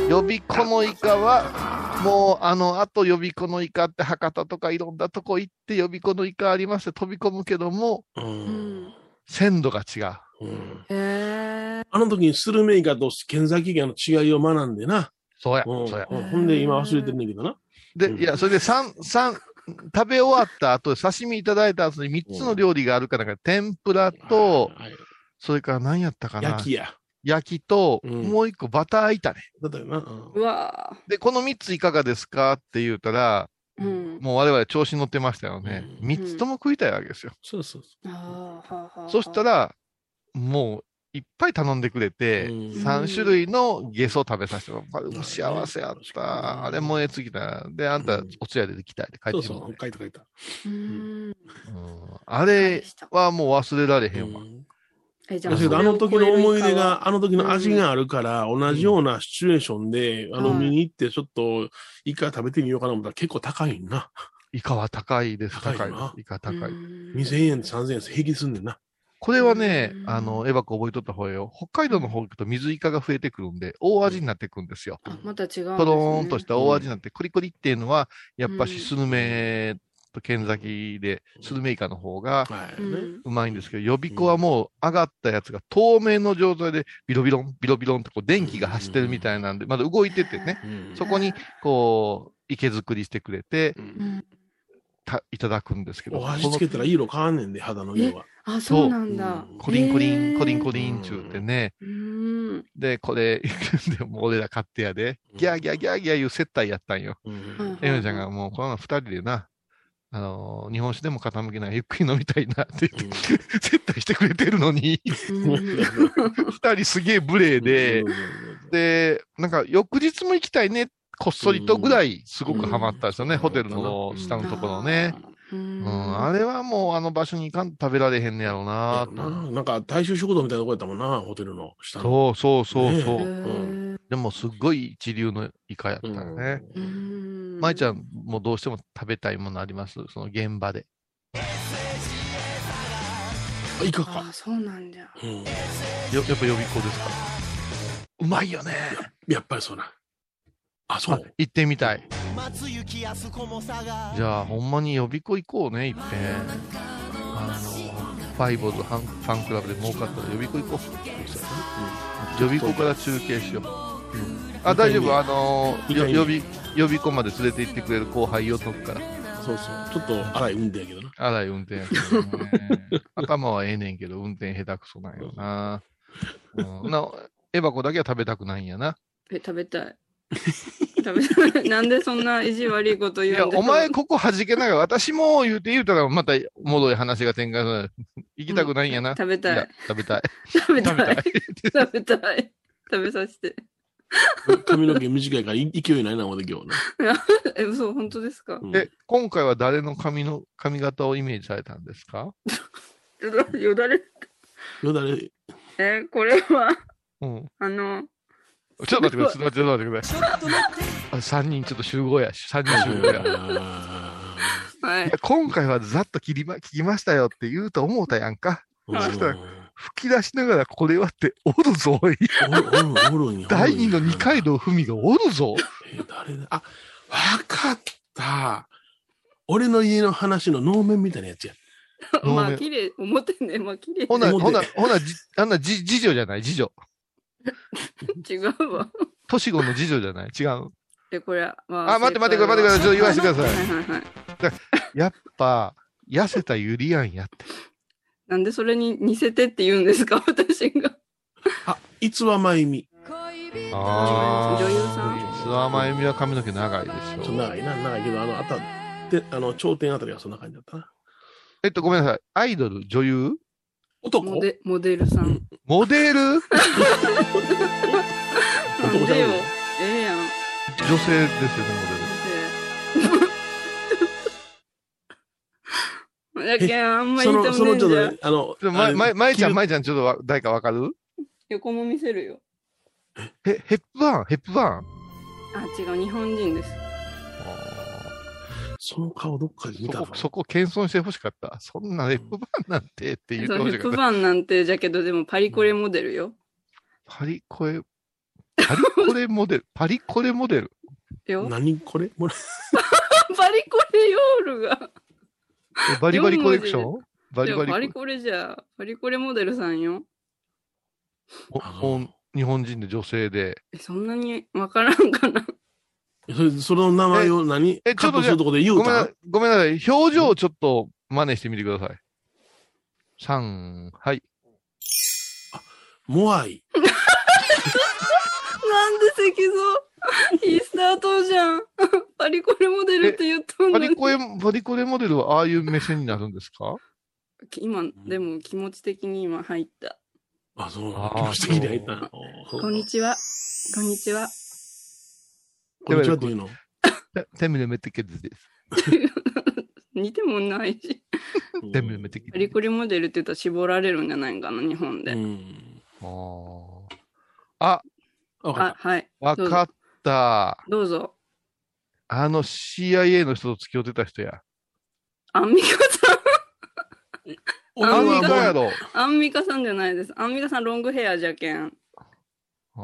S2: 予備校のイカは、もう、あの、あと予備校のイカって博多とかいろんなとこ行って予備校のイカありますって飛び込むけども、
S3: う
S1: うんん。
S2: 鮮度が違う。
S3: うん
S1: へえ。
S3: あの時にスルメイカとケンザキイカの違いを学んでな。
S2: そうや、
S3: うん
S2: そうや。
S3: うんほんで今忘れてるんだけどな。
S2: で、
S3: うん
S2: いや、それで三三食べ終わった後、刺身いただいた後に3つの料理があるから、天ぷらと、
S3: はい
S2: それから何やったかな
S3: 焼きや。
S2: 焼きと、
S3: うん
S2: もう一個バター炒め。
S3: だったよな。うん
S1: うわあ
S2: で、この3ついかがですかって言うたら、
S1: うん。
S2: もう我々調子に乗ってましたよね。
S3: うん
S2: 3つとも食いたいわけですよ。
S3: そうそうそ
S1: あーはあはあ
S2: そした、ら、もういっぱい頼んでくれ
S3: う。
S2: て、
S3: うん
S2: 3種類のゲソを食べさせてもらった。幸せやっ
S3: 確かに
S2: た。あれ燃え尽きた。で、あんた
S3: うん
S2: お通夜で来たいって
S3: そ
S2: 書いうて
S3: そ
S2: るもん
S3: う
S2: ね、
S3: 書いた書いた。
S1: うん。
S2: うんあれはもう忘れられへんわ。
S3: うん
S1: え、じ
S3: だけどあの時の思い出が、あの時の味があるから、同じようなシチュエーションで、あの、
S1: はい
S3: 見に行って、ちょっと、イカ食べてみようかな思ったら結構高いんな。
S2: イカは高いです。
S3: 高い
S2: 高い
S3: な
S2: です。イカ高い。
S3: 2000円、3000円、平気すんねんな。
S2: これはね
S1: う、ん
S2: あの、エバコ覚えとった方がいいよ。北海道の方行くと水イカが増えてくるんで、大味になってくるんですよ。
S1: あ、また違うんですね。
S2: とろーんとした大味になって、コリコリっていうのは、やっぱ
S1: うん
S2: しスルメと剣崎で、スルメイカの方が
S3: はい。
S1: う
S3: ね
S1: ん。
S2: うまいんですけど、予備校はもう上がったやつが透明の状態で、ビロビロン、ビロビロンってこう電気が走ってるみたいなんで、まだ動いててね、
S3: うん
S2: そこにこう、池作りしてくれて、
S3: うん
S1: うん
S2: たいただくんですけど、
S3: お味つけたら色変わんねんで、肌の色は。
S1: あ、そうなんだ
S3: そう。
S2: コリンコリ
S1: へ
S2: ン、
S1: ー
S2: コリンコリンちゅうてね。
S1: うん。
S2: で、これ、でも俺ら買ってやで、ギャーギャーギャーギャーいう接待やったんよ。
S3: うん
S2: エミちゃんがもう、このまま二人でな、あのー日本酒でも傾けない、ゆっくり飲みたいなって言って、接待してくれてるのに、
S1: うん
S2: 二人すげえ無礼で、で、なんか翌日も行きたいね、こっそりとぐらい、すごくハマったんですよね、
S3: うん
S2: ホテルの下のところね。。
S1: う
S2: うんん、あれはもうあの場所に行かんと食べられへんねやろうな
S3: あななんか、大衆食堂みたいなとこやったもんな、ホテルの下の。
S2: そうそうそうそう。
S3: ね
S1: う
S3: え
S1: ん
S2: でもすっごい一流のイカやったよね。
S1: う
S3: うん
S1: ん
S2: 舞ちゃんもどうしても食べたいものありますその現場で。
S3: あイカか。
S1: あ、そうなんだ。
S3: うん
S2: よやっぱ予備校ですかうまいよね。
S3: やっぱりそうな。あ、そう。
S2: 行ってみたい。
S7: 松雪安子も佐賀
S2: じゃあ、ほんまに予備校行こうね、いっぺん。あの、ファイボーズファンファンクラブで儲かったら予備校行こう。予備校から中継しよう。あ、大丈夫。あの
S3: いい
S2: よ
S3: ね
S2: 予備、予備校まで連れて行ってくれる後輩を解くから。
S3: そうそう。ちょっと荒い運転やけどな。
S2: 荒い運転やけど ね。頭はええねんけど、運転下手くそなんよな。うん、なエバコだけは食べたくないんやな。
S1: え、食べたい。食べたい。なんでそんな意地悪いこと
S2: い
S1: 言
S2: や、
S1: うんだ
S2: お前ここ弾けながら、私も言うて言うたら、またおもろい話が展開する。行きたくないんやな。
S1: 食べ
S2: い
S1: た
S2: や
S1: い。
S2: 食べたい。
S1: 食べた
S2: 食べ
S1: い。食べたい。食べさせて。
S3: 髪の毛短いから い勢いないな、俺今日な。
S1: え、嘘、本当ですか
S3: うん
S2: え、今回は誰の髪の、髪型をイメージされたんですか
S1: よだれ。
S3: よだ れ、
S1: え、これは、
S2: うん。
S1: あの、
S2: ちょっと待ってください。ちょっと待ってください。あ3人ちょっと集合や。3人集合や。い
S1: はい。
S2: や今回はざっと切りま、聞きましたよって言うと思うたやんか。
S3: うん
S2: そしたら吹き出しながらこれはっておるぞ、おい
S3: おおるおるんや
S2: 第二の二階。
S3: おるんや
S2: 堂ふみがおるぞ。
S3: え誰だあ、わかった。俺の家の話の能面みたいなやつや。
S2: ごめん
S1: まあ、綺麗、表ね、まあ、綺麗。
S2: ほな、
S3: 思って
S2: ほな、ほな、じあんな、じ、次女じゃない、次女。
S1: 違うわ。
S2: 年子の次女じゃない、違う。
S1: え、これは、ま
S2: あ、待って待って、これ待ってください。ちょっと言わせてくださ
S1: はいはいはい。
S2: い。やっぱ、痩せたゆりやんやって。
S1: なんでそれに似せてって言うんですか、 私が。
S3: あ、いつはまゆみ。
S1: あー女優さん
S2: 諏訪真由美は髪の毛長いで
S3: ちょっ
S2: しょ。
S3: と長いな、長いけど、あの、あたって、あの、頂点あたりはそんな感じだったな。
S2: えっと、ごめんなさい。アイドル、女優
S3: 男
S1: モデモデルさん。
S2: モデル女
S1: なんでよ
S3: 男。
S1: ええ やん。
S2: 性ですよね、
S1: ええだけんあんまり
S3: そ
S1: 痛
S3: の、そ
S1: むね
S3: の
S1: ん
S3: ちょっ
S1: じ
S3: と
S1: ゃ
S3: ね、あの、
S2: モデル。ま、ま、まえちゃん、
S3: あ
S2: まえちゃん、ちょっとわ誰かわかる
S1: 横も見せるよ。
S2: へ、ヘップバーン、ヘップバーン。
S1: あ、違う、日本人です。
S3: その顔どっかで見
S2: そ
S3: た
S2: こ、そこ謙遜してほしかった。そんなヘップバーンなんてって言っ
S1: そ
S2: て
S1: う
S2: ほ
S1: ヘッ
S2: しか
S1: プ
S2: った。
S1: バーンなんて、じゃけど、でもパリコレモデルよ。
S2: パリコレ、パリコレ モデル、パリコレモデル。
S1: よ。
S3: 何これもら
S1: パリコレヨールが。
S2: えバリバリコレクションバ
S1: い
S2: リ
S1: や
S2: バリ
S1: パ
S2: コ
S1: リ
S2: レ
S1: コレじゃ、パリコレモデルさんよ。
S2: ほほん日本人で女性で。
S1: え、そんなにわからんかな。
S3: それ その名前を何
S2: ええちょっと
S3: カットするとこで言
S2: ご
S3: う
S2: めんな
S3: た
S2: さい、ごめんなさい。表情をちょっと真似してみてください。三はい。
S3: モアイ。
S1: なんで石 像いいスタートじゃ ん。パリコレモデルって言った
S2: パ
S1: の
S2: リ
S1: に。
S2: コレ、パリコレモデルはああいう目線になるんですか
S1: 今、でも気持ち的に今入った。
S3: あ、そう
S2: あ
S3: な
S2: ー
S3: んだ。素敵に入ったな。おー
S1: こんにちは。こんにちは。
S3: こんにちはっていうの。
S2: てテムレメテケズです。
S1: 似てもないし。
S2: テムレメテケ
S1: パ
S2: ズで
S1: リ
S2: す。
S1: コレモデルって言ったら絞られるんじゃないかな、日本
S3: う
S1: で。
S3: ん。
S2: あー
S3: あわか
S1: あ
S3: っ、
S1: はい。
S2: わかった。
S1: どうぞ。
S2: あの CIA の人と付き合ってた人や。
S1: アンミカ
S3: た。
S1: あ
S2: アンミカや
S3: ろ。
S2: ろ。
S1: さん、アンミカさんじゃないです。アンミカさんロングヘアじゃけん。
S2: あ
S3: あ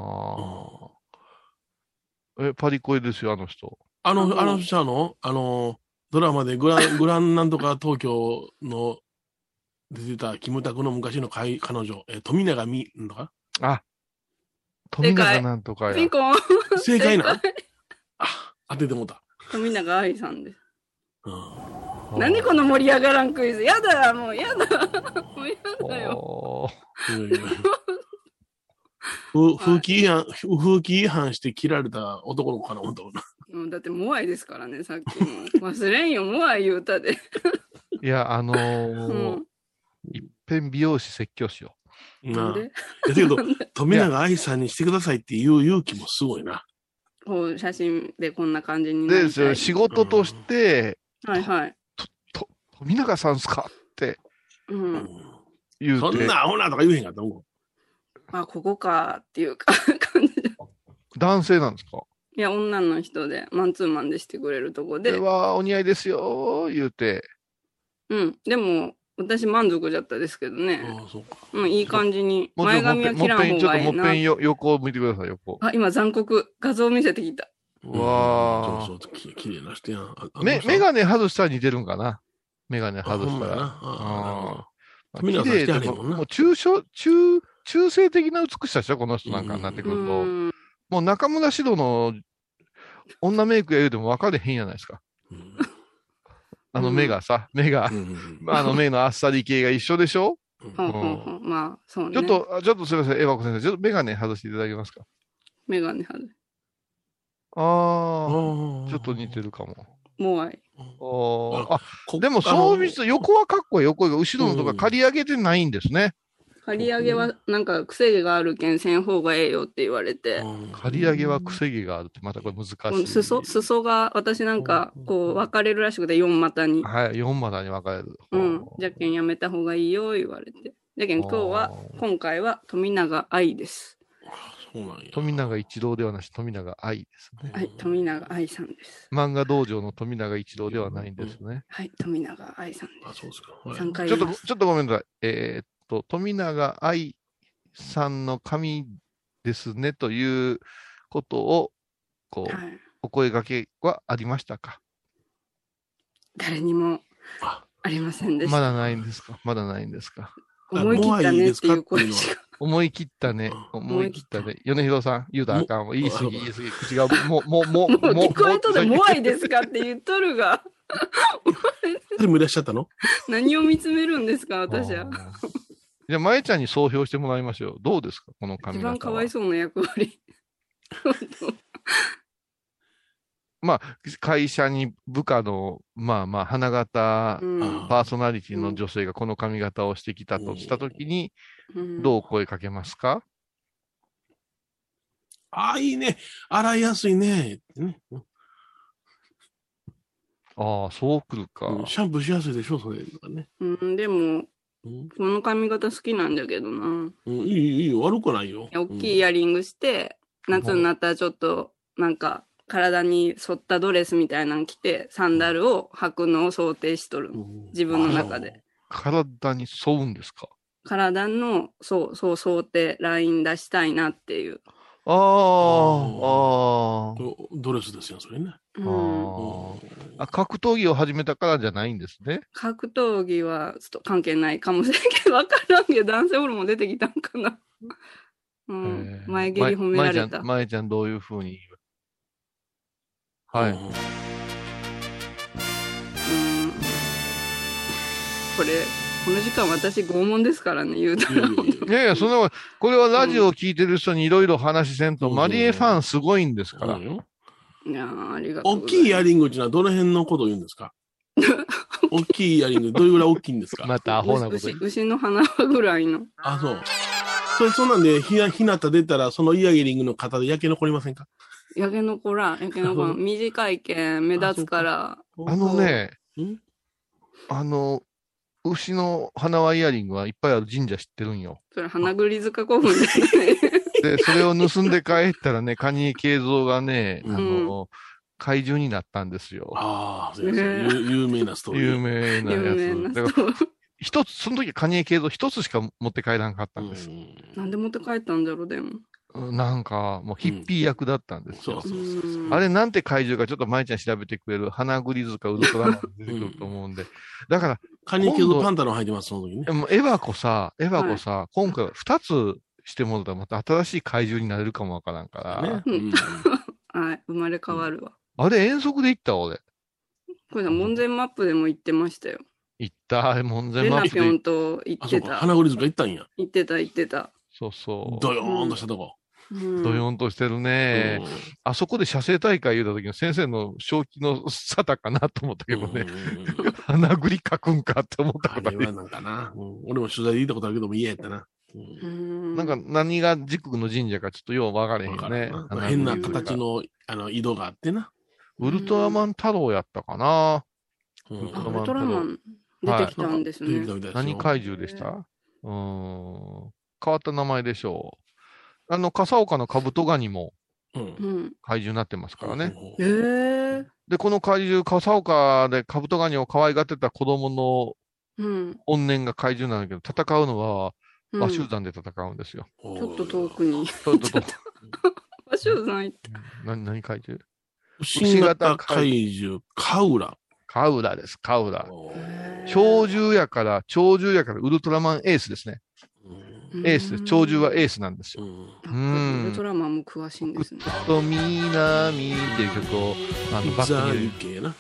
S3: ー
S2: ーえ、パリコレですよ、あの人。
S3: あ
S1: あの
S3: の、あの人はの、あの、ドラマでグラ ン、グランなんとか東京の出てたキムタクの昔のかい彼女、えー富永美、なんとか
S2: 富永なんとかや。
S1: ピンコン
S3: 正解なあ、当ててもうた。
S1: 富永愛さんです。
S3: うん。
S2: あー
S1: 何この盛り上がらんクイズ。やだ、もう やだ。もうやだよ。
S2: おー
S3: ふ風紀違反、ふ風紀違反して切られた男の子かな、本当。
S1: もうだってモアイですからね、さっきも。忘れんよ、モアイ言うたで。
S2: いや、あのー
S1: うん。
S2: いっぺん美容師説教しよ
S1: な
S3: なんあ。
S1: で
S3: いやだけど、富永愛さんにしてくださいっていう勇気もすごいな。
S1: こう、写真でこんな感じ
S2: う。
S1: にな
S2: で
S1: り
S2: す
S1: た
S2: よ、
S1: い。
S2: 仕事として、
S1: はいはい。
S2: 富永さんっすかって
S1: う。
S3: うんん
S2: 言う
S3: そ
S2: て、
S3: んなアホなとか言えへんかったもん。
S1: あ、ここかっていうか 感じで。
S2: 男性なんですか
S1: いや、女の人で、マンツーマンでしてくれるとこ
S2: で
S1: で。
S2: は、お似合いですよ、言うて。
S1: うん。でも、私満足じゃったですけどね。
S3: ああ、そうか。
S1: うん、いい感じに。
S2: もうち
S1: 前
S2: ょっと
S1: 髪は
S2: も
S1: 切
S2: っ
S1: らん
S2: ぺん、
S1: 方
S2: ちょっ
S1: が
S2: と
S1: い
S2: も
S1: い
S2: っぺ
S1: な。
S2: んよ横を向いてください、横。
S1: あ、今残酷。画像見せてきた。
S2: うわ
S3: うん
S2: あ
S3: そうそう、ききれいな人やん。あ
S2: め、メガネ外したら似てるんかな。メガネ
S3: あ
S2: 外
S3: ほ
S2: し
S3: んま
S2: た
S3: や
S2: ら。
S3: な。ああなるほど
S2: まあ
S3: 髪の毛
S2: 綺麗と
S3: 出して
S2: か
S3: はれへんもんな
S2: もう中小、中、中性的な美しさでしょこの人なんかになってくると。
S1: うん
S2: もう中村獅童の女メイクや言うても分かれへんやないですか。
S3: うん
S2: あの
S1: うん
S2: 目がさ、目が
S3: う、んうん
S2: あの目のあっさり系が一緒でしょ
S3: うん
S1: ほんほんほんまあ、そうね。
S2: ちょっと、あちょっとすみません、エバコ先生、ちょっとメガネ外していただけますか。
S1: メガネ外れ。
S3: あ
S2: あ
S3: ー
S2: あ、ちょっと似てるかも。
S1: モアイ。
S2: あーあ、
S3: こ
S2: でも、そう見ると横はかっこいい、横が後ろのと
S3: う
S2: か
S3: ん
S2: 刈り上げてないんですね。
S1: 刈り上げは、なんか、癖があるけん、せん方がええよって言われ
S3: あ
S1: て。
S3: のうん
S2: 刈り上げはくせ毛があるって、またこれ難
S1: この
S2: しい。
S1: 裾、裾が、私なんか
S3: うん、
S1: こう、分かれるらしくて、四股に。
S2: はい、4までに分かれる。
S1: うん。じゃけんやめた方がいいよ、言われて。じゃけん今日は
S2: あ、ー
S1: 今回は富永愛です。
S3: そうなんや。
S2: 富永一郎ではなし、富永愛ですね。
S1: はい、富永愛さんです。
S2: 漫画道場の富永一郎ではないんですね。
S1: はい、富永愛さん
S3: あ、
S1: です。
S3: そうですか。はい
S1: 三回
S2: ちょ
S1: 言いま
S2: っと、ご
S1: す。
S2: ちょっとごめんなさい。えーっと、富永愛さんの髪ですねということを、こう、
S1: はい、
S2: お声掛けはありましたか
S1: 誰にも
S3: あ
S1: ありませんでした。
S2: まだないんですかまだないんですか
S1: 思い切ったねっていう声
S3: もういいです
S1: しか。
S2: 思い切ったね。思い切ったね。米広さん、言うたらあかんわ。言い過ぎ、言い過ぎ。口が、もう、もう、もう、
S1: もう聞こえとで、
S2: もう
S1: モアイですかって言っとるが、
S3: でもいらっしゃったの
S1: 何を見つめるんですか、私は。
S2: あーじゃあ、まえちゃんに総評してもらいましょう。どうですかこの髪
S1: 一
S2: 型は。
S1: 番かわいそうな役割。
S2: 会社に部下の、まあまあ、花形
S1: うん
S3: あ
S2: パーソナリティの女性がこの髪型をしてきたとしたときに、
S1: うん
S2: どう声かけますか、
S3: ああ、いいね。洗いやすいね。ってねうん
S2: ああ、そうくるか。
S3: シャンプーしやすいでしょ、それ。とかね。
S1: うん、でも、
S3: うん
S1: この髪型好きなんだけどな。
S3: うんいい、いいよ、悪くないよ。
S1: 大きいイ
S3: や。
S1: ヤリングして、夏になったらちょっと、なんか、体に沿ったドレスみたいなの着て、サンダルを履くのを想定しとる。
S3: うん
S1: 自分の中で。
S2: 体に沿うんですか
S1: 体の、そう、そう、想定、ライン出したいなっていう。
S2: ああ、あ
S3: あ
S2: ー
S3: ーこれドレスですよ、それね。
S1: うん、
S2: あ
S3: うん
S2: ーあ。格闘技を始めたからじゃないんですね。
S1: 格闘技は、ちょっと関係ないかもしれんけど、わからんけど、男性ホルモン出てきたんかな。うん
S2: え、ー
S1: 前蹴り
S2: ま
S1: 褒められ
S2: まえちゃ
S1: た
S2: ん、。まえちゃんどういうふうには
S3: うん
S2: い。
S1: うんこれ、この時間私拷問ですからね、言うた
S3: いや
S1: ら。
S3: いやいや
S2: いやいや、そんなこと、これはラジオを聞いてる人にいろいろ話せんと、
S3: うん
S2: マリエファンすごいんですから。
S3: うん
S1: いやーありがとうござ
S3: 大
S1: います。
S3: きいイヤリングっていうのはどの辺のことを言うんで すか大きいイヤリング、どれぐらい大きいんですか
S2: またアホなこと
S1: 牛。牛の鼻輪ぐらいの。
S3: あ、そう。それ、そんなんで、ひな、ひなた出たら、そのイヤリングの型で焼け残りませんか
S1: やけのこらん、やけのこらん。短いけん、目立つから。
S2: あの。ね
S3: ん、
S2: あの、牛の花輪イヤリングはいっぱいある神社知ってるんよ。
S1: それ、花栗塚古墳ですね。
S2: で、それを盗んで帰ったら ね、蟹江慶三がね、あの、怪獣になったんですよ。
S3: ああ、そうです
S1: ね
S3: 有有名なストーリー。
S2: 有名な
S1: 有名
S2: やつ。だ
S1: な
S2: から、
S1: 人。
S2: 一つ、その時蟹江慶三一つしか持って帰らんかったんです。
S3: うん
S1: なんで 持って帰ったんだろう、でも。
S2: なんか、もうヒッピー役だったんです
S3: そ
S2: よ
S3: う。そうそうそうう。
S1: ん
S2: あれなんて怪獣かちょっとまいちゃん調べてくれる。花栗塚ウルトラマン出てくると思うんで。だから、
S3: カニケズパンタロン入ってます、その時ね
S2: で。もエヴァ子さ、エヴァ子さ、今回は2つしてもらったらまた新しい怪獣になれるかもわからんから。
S3: ね。
S1: うん
S3: うん
S1: はい、生まれ変わるわ。
S2: あれ遠足で行った俺。
S1: これさ、門前マップでも行ってましたよ。
S2: 行った。門前
S1: レ
S2: マ
S1: ナ
S2: ッ
S1: ピ
S2: プで
S1: ョ
S2: 行っ
S1: ンと行
S3: あ、
S1: っ
S3: そう
S1: て
S3: か。
S1: た。
S3: 花栗塚行ったんや。
S1: 行ってた、行ってた。
S2: そうそう。
S3: ドヨーンとしたとこ。
S1: うん
S2: どよんとしてるね、あそこで写生大会言うた時の先生の正気の沙汰かなと思ったけ
S3: うん
S2: どね。
S3: うんうんうん
S2: 花栗書くんかって思った
S3: あ
S2: ことあ
S3: れは
S2: る。
S3: なんかな。うん俺も取材で行ったことあるけども、嫌やったな。う
S1: うんん
S2: なんか何が軸の神社かちょっとよう分かれへん
S3: わ
S2: よ
S3: か
S2: ね
S3: るな。
S2: 花栗
S3: 変な
S2: 塚
S3: 形の、あの、井戸があってな。
S2: ウルトラマン太郎やったかな、
S3: うん
S2: ウルト
S1: あ
S2: ラ
S1: ウ
S2: マ
S1: ル
S2: ン
S1: トラマン出てきたんです
S3: 出
S1: ね
S3: てき。たみたいですよ
S2: 何怪獣でしたうーん。変わった名前でしょう。あの、笠岡のカブトガニも
S3: うん
S1: うん。
S2: 怪獣になってますからね。
S1: ええ
S2: で、この怪獣、笠岡でカブトガニを可愛がってた子供の
S1: うん。
S2: 怨念が怪獣なんだけど、戦うのは
S1: うん
S2: 和集団で戦うんですよ。
S3: おー
S1: ちょっと遠くに。
S2: ちょっと、
S1: 和集団行って
S2: 何、何怪獣
S3: 新型怪獣、カウラ。
S2: カウラです、カウラ。
S1: へー
S2: 鳥獣やから、鳥獣やからウルトラマンエースですね。
S3: うん
S2: エースです。鳥獣はエースなんですよ。
S3: うん
S2: うん
S1: ウルトラマンも詳しいんですね。
S2: と南っていう曲を、あの、バッ
S3: ザ
S2: ク
S3: リ
S2: に
S3: 系な。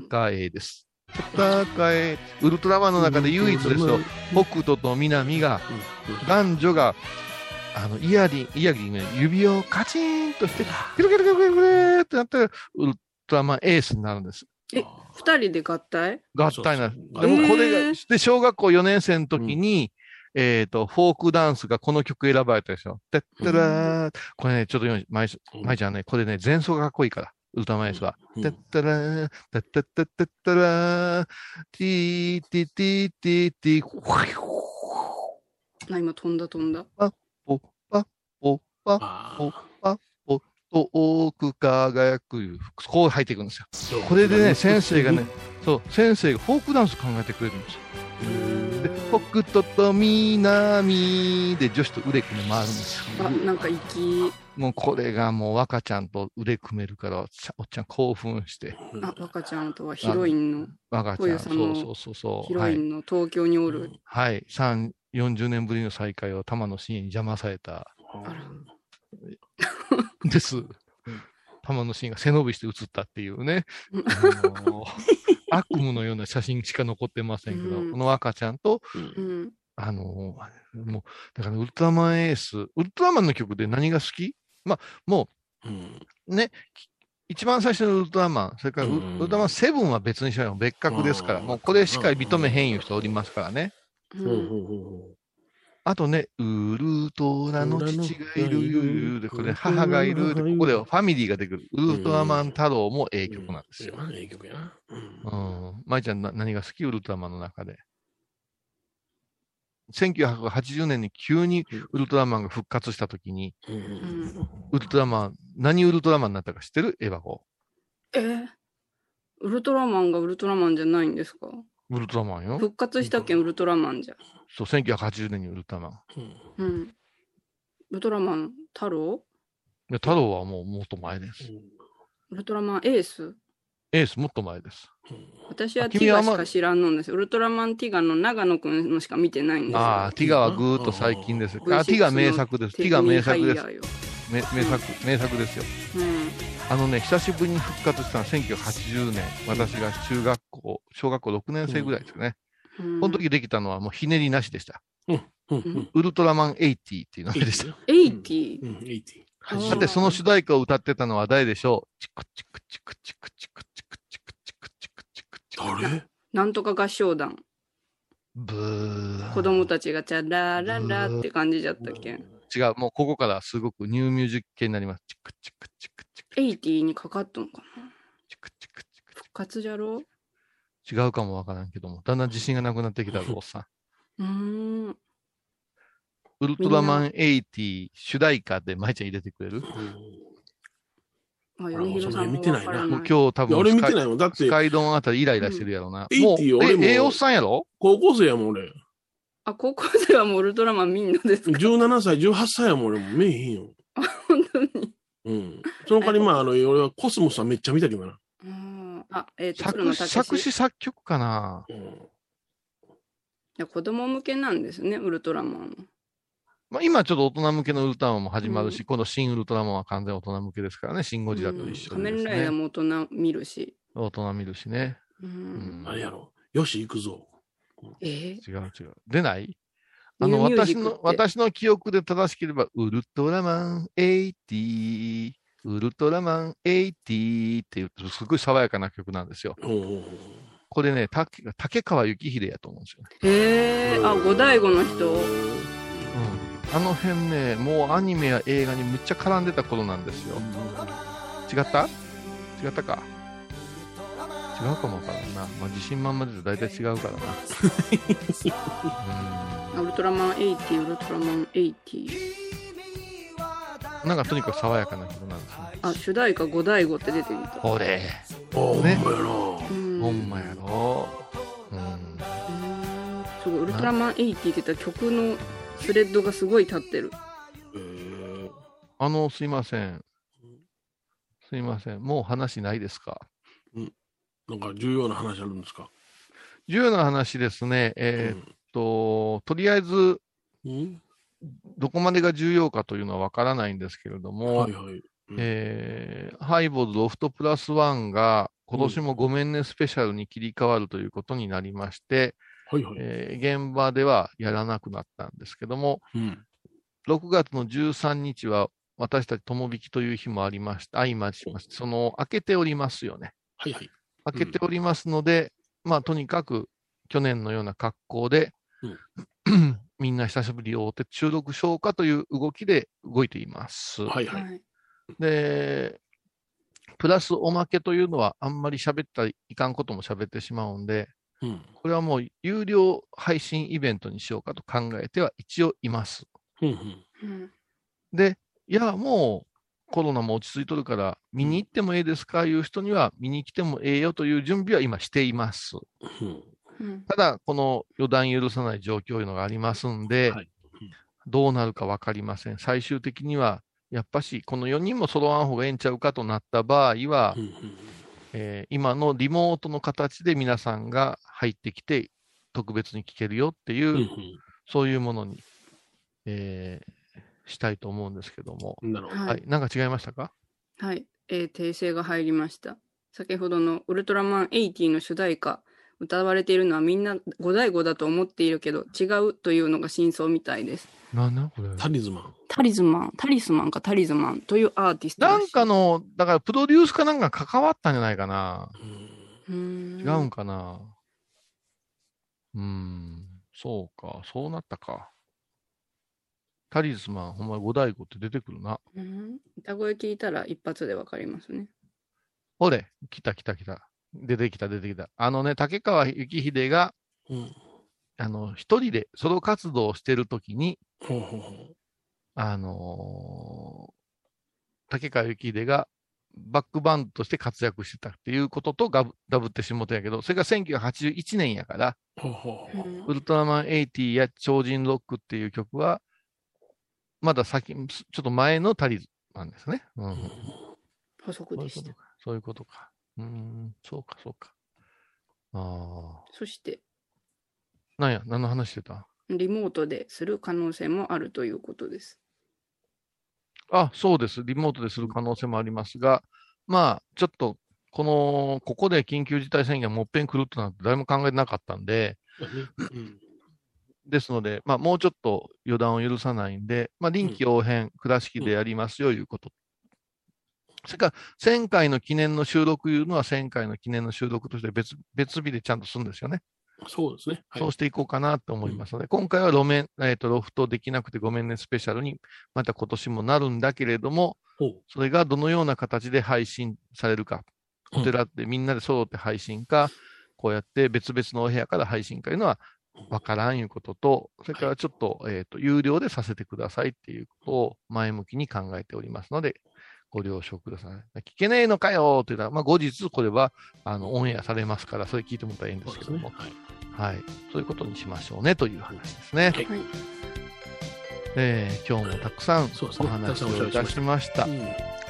S2: 戦えです。戦え。ウルトラマンの中で唯一ですよ。北斗と南が、男女が、あの、イヤリン、イヤリンね、指をカチーンとして、キルキルキルキルキルってなって、ウルトラマンエースになるんです。
S1: え二人で合体
S2: 合体なんです。
S3: そうそう
S2: でもこ
S1: へ
S2: れが、
S1: ー
S2: で、小学校4年生の時に、えっ、と、フォークダンスがこの曲選ばれたでしょ。てってらーこれね、ちょっと今、まいまいちゃんね、これね、前奏がかっこいいから、ウルトラマンエースは。
S3: うん
S2: タッタラー、タッタッタッタッタラー、ティーティーティーティーティー、ホワイホ
S1: あ、今飛んだ飛んだ。
S2: ワパポパ
S3: あ
S2: お
S3: ー
S2: と多く輝くいう、こう入っていくんですよ。
S3: そう
S2: これでね、先生がね、そう、先生がフォークダンス考えてくれるんですよ。で、北斗と南で女子と腕組んで回るんですよ。
S1: あ、なんか息。
S2: もうこれがもう若ちゃんと腕組めるから、おっちゃん興奮して、
S3: うん、
S1: あ、若ちゃんとはヒロインの、
S2: 若ち
S1: こうい
S2: ゃん、
S1: う
S2: そ
S1: そうの
S2: そうそうそう。
S1: ヒロインの東京におる。
S2: はい、3、40年ぶりの再会を玉野真也に邪魔された
S1: あら、
S2: んです。玉野真也が背伸びして写ったっていうね、
S1: うん
S2: あの悪夢のような写真しか残ってませんけど、
S1: うん
S2: この赤ちゃんと、
S1: うん。
S2: あのもう、だからウルトラマンエース、ウルトラマンの曲で何が好きまあ、も
S3: うん
S2: うね、き一番最初のウルトラマン、それからウ,、
S3: うん
S2: ルトラマンセブンは別にしないの別格ですから、
S3: うん
S2: もうこれしか認めへんいう人おりますからね。
S1: う
S3: うんうん
S1: ん。
S3: うんうん
S2: あとね、ウルトラの父がいるゆうで、これ母がいるで、ここではファミリーが出てくる。ウルトラマン太郎もええ曲なんですよ。
S3: うんいい曲やな。うん
S2: うん。舞ちゃんな、何が好きウルトラマンの中で。1980年に急にウルトラマンが復活したときに、
S3: うんうん
S2: ウルトラマン、何ウルトラマンになったか知ってるエヴァ号。
S1: えーウルトラマンがウルトラマンじゃないんですか
S2: ウルトラマンよ。
S1: 復活したけんウルトラマンじゃ。
S2: そう、1980年にウルトラマン。い
S3: うん
S1: うん。ウルトラマン太郎
S2: や太郎はもうもっと前です。
S1: ウルトラマンエース
S2: エースもっと前です。
S1: 私は
S2: あ
S1: テ
S2: 君
S1: ィ
S2: はあ
S1: ガ
S2: んま
S1: しか知らんのんです。ウルトラマンティガの長野くんのしか見てないんですよ。
S2: ああ、ティガはぐーっと最近です。あ、
S1: うん
S2: ティガ名作です。ティガ名作です。
S1: テレビハ
S2: め名作、名作ですよ。
S1: イヤーよ。うん。
S2: あのね、久しぶりに復活したのは1980年、私が中学校、小学校6年生ぐらいですかね。
S1: うん
S2: この時できたのはもうひねりなしでした。
S3: うんうん
S2: ウルトラマン80っていう名前でした。
S1: エイティ
S3: うん、80。
S1: うん
S2: さて、その主題歌を歌ってたのは誰でしょうチクチクチクチクチクチクチクチクチクチクチク。
S3: 誰
S1: なんとか合唱団。
S2: ブー。
S1: 子供たちがチャラララって感じじゃったけん。
S2: 違う、もうここからすごくニューミュージック系になります。チクチクチクチク
S1: エイティにかかっとんかな。
S2: チクチクチクチ
S1: 復活じゃろ
S2: ク。違うかもわからんけども、だんだん自信がなくなってきたぞ、おっさん。
S1: うーん。
S2: ウルトラマン80主題歌で舞ちゃん入れてくれる
S1: あ、米広さん
S3: 俺もそれ
S1: も
S3: 見てないな
S1: わから
S2: もう
S1: ない。
S2: 今日多
S3: いや
S2: 分
S3: 俺見て
S2: スカ
S3: な
S2: イ
S3: いもん。だっ
S2: ス
S3: て、
S2: カイドンあたりイライラしてるやろな。
S3: うん
S2: もう、
S3: 80俺も
S2: え、ええおっさんやろ
S3: 高校生やもん、俺。
S1: あ、高校生はもうウルトラマンみんなですか
S3: 17歳、18歳やもん、俺も。見えへんよ。
S1: 本当に。
S3: うん。その代わり、まあ、あの、俺はコスモスはめっちゃ見たけどな。
S1: うんあ、えっ、と、鶴
S2: 作
S1: 野
S2: 詞
S1: 武
S2: 作
S1: 史。
S2: 詞
S1: い
S2: 作曲かな
S3: うん。
S1: や、子供向けなんですね、ウルトラマンは。
S2: まあ今ちょっと大人向けのウルトラマンも始まるし、
S1: う
S2: この新ウルトラマンは完全大人向けですからね、新ゴジラと一緒
S1: うん
S2: に
S1: 仮
S2: で
S1: 面
S2: す
S1: ライダー
S2: ね。
S1: も大人見るし。
S2: 大人見るしね。
S1: う。
S2: うんん
S3: あれやろ。よし、行くぞ。
S1: えー
S2: 違う違う。出ないあの、
S1: ニューミュージッ
S2: 私
S1: クって
S2: の、私の記憶で正しければ、ウルトラマン80、ウルトラマン80っていう、すごい爽やかな曲なんですよ。
S3: うんうんうん。
S2: これね、竹竹川幸秀やと思うんですよね。
S1: へえあ、五醍醐の人。
S2: あの辺ね、もうアニメや映画にむっちゃ絡んでた頃なんですよ。違った違ったか違うかもわからんな。まあ、自信満々で大体違うからな。
S1: ウルトラマン80、ウルトラマン80。
S2: うんなんかとにかく爽やかな曲なんですね。
S1: あ、主題歌五醍醐って出てきた。
S2: ほれ、
S3: あ、ほんま
S2: ね
S3: やな。
S1: うん
S2: ほんまやろ。うん。
S1: すごい、ウルトラマン80って言ったら曲のスレッドがすごい立ってる。
S3: えー
S2: あの、すいません。すすみません。もう話ないですか
S3: なんか重要な話あるんですか
S2: 重要な話ですね。えーっと、とりあえず、
S3: うん。
S2: どこまでが重要かというのはわからないんですけれど
S3: うん
S2: も、
S3: はいはい。うん
S2: えーハイボーズロフトプラスワンが、今年もごめんねスペシャルに切り替わるということになりまして、
S3: はいはい。
S2: えー現場ではやらなくなったんですけども、
S3: うん。
S2: 6月の13日は私たち友引きという日もありました、相まちまして、その、明けておりますよね。
S3: はいはい。
S2: 明けておりますので、まあ、とにかく去年のような格好で、 みんな久しぶりを追って中毒消化という動きで動いています。
S3: はい
S1: は
S3: はい。
S1: い。
S2: で、プラスおまけというのはあんまり喋ったらいかんことも喋ってしまうんで、
S3: うん。
S2: これはもう有料配信イベントにしようかと考えては一応います。
S3: うんうん。
S1: うん
S2: で、いや、もうコロナも落ち着いとるから、見に行ってもええですかいう人には見に来てもええよという準備は今しています。
S3: うん。
S1: うん
S2: ただ、この予断許さない状況いうのがありますんで、
S3: はいうん
S2: どうなるか分かりません。最終的には、やっぱし、この4人も揃わん方がええんちゃうかとなった場合は、
S3: うんうん。
S2: えー今のリモートの形で皆さんが入ってきて、特別に聞けるよっていう、
S3: うん
S2: そういうものに、えーしたいと思うんですけども。
S3: うん。なるほど。
S2: は
S1: はいい。、
S2: なんか違いましたか
S1: はい。えー訂正が入りました。先ほどのウルトラマン80の主題歌、歌われているのはみんな五大五だと思っているけど、違うというのが真相みたいです。
S2: なんだこれ。
S3: タリズマン。
S1: タリズマン、タリスマンかタリズマンというアーティスト
S2: な
S1: らしい
S2: んか、の、だからプロデュースかなんか関わったんじゃないかな。
S3: うん。
S1: うーん
S2: 違うんかな。うーん、そうか、そうなったか。タリズマン、ほんま五大五って出てくるな。
S1: うん歌声聞いたら一発でわかりますね。
S2: ほれ、来た来た来た。出てきた出てきた。あのね、竹川幸秀が、
S3: うん。
S2: あの、一人でソロ活動をしてるときに、
S3: ほうほうほう。
S2: あのー竹川幸秀がバックバンドとして活躍してたっていうこととガブダブってしもたんやけど、それが1981年やから、
S3: ほうほうほう。
S2: ウルトラマン80や超人ロックっていう曲は、まだ先、ちょっと前のタリズなんですね。うんうん、
S1: 補足
S2: そう
S1: で
S2: いうこ
S1: し
S2: と
S1: た。
S2: か。そういうことか。うーん、そうか、そうか。ああ。
S1: そして、
S2: なんや、何の話してた
S1: リモートでする可能性もあるということです。
S2: あ、そうです。リモートでする可能性もありますが、まあ、ちょっと、この、ここで緊急事態宣言もっぺん来るってなんて誰も考えてなかったんで、
S3: うん。
S2: ですので、まあ、もうちょっと予断を許さないんで、まあ、臨機応変、倉敷でやりますよ、いうこと。それから、1000回の記念の収録いうのは、1000回の記念の収録として別別日でちゃんとするんですよね。
S3: そうですね。はい
S2: そうしていこうかなと思いますので、今回は路面、えっ、と、ロフトできなくてごめんねスペシャルに、また今年もなるんだけれども、
S3: ほう。
S2: それがどのような形で配信されるか、
S3: うん
S2: お寺ってみんなで揃って配信か、こうやって別々のお部屋から配信かいうのはわからんいうことと、それからちょっと、えっ、と、有料でさせてくださいっていうことを前向きに考えておりますので、ご了承ください。聞けねえのかよって言ったら、まあ、後日これは、あの、オンエアされますから、それ聞いてもらったらいいんで
S3: そ
S2: す
S3: う
S2: け
S3: です
S2: ど
S3: ね。
S2: も、
S3: はい。
S2: はい。そういうことにしましょうねという話ですね。
S3: はい
S1: はい。
S2: えー今日もたくさん
S3: そうです
S2: お
S3: ねたく
S2: 話
S3: さんお
S2: をい
S3: 話
S2: た
S3: しし
S2: しました
S3: う。ん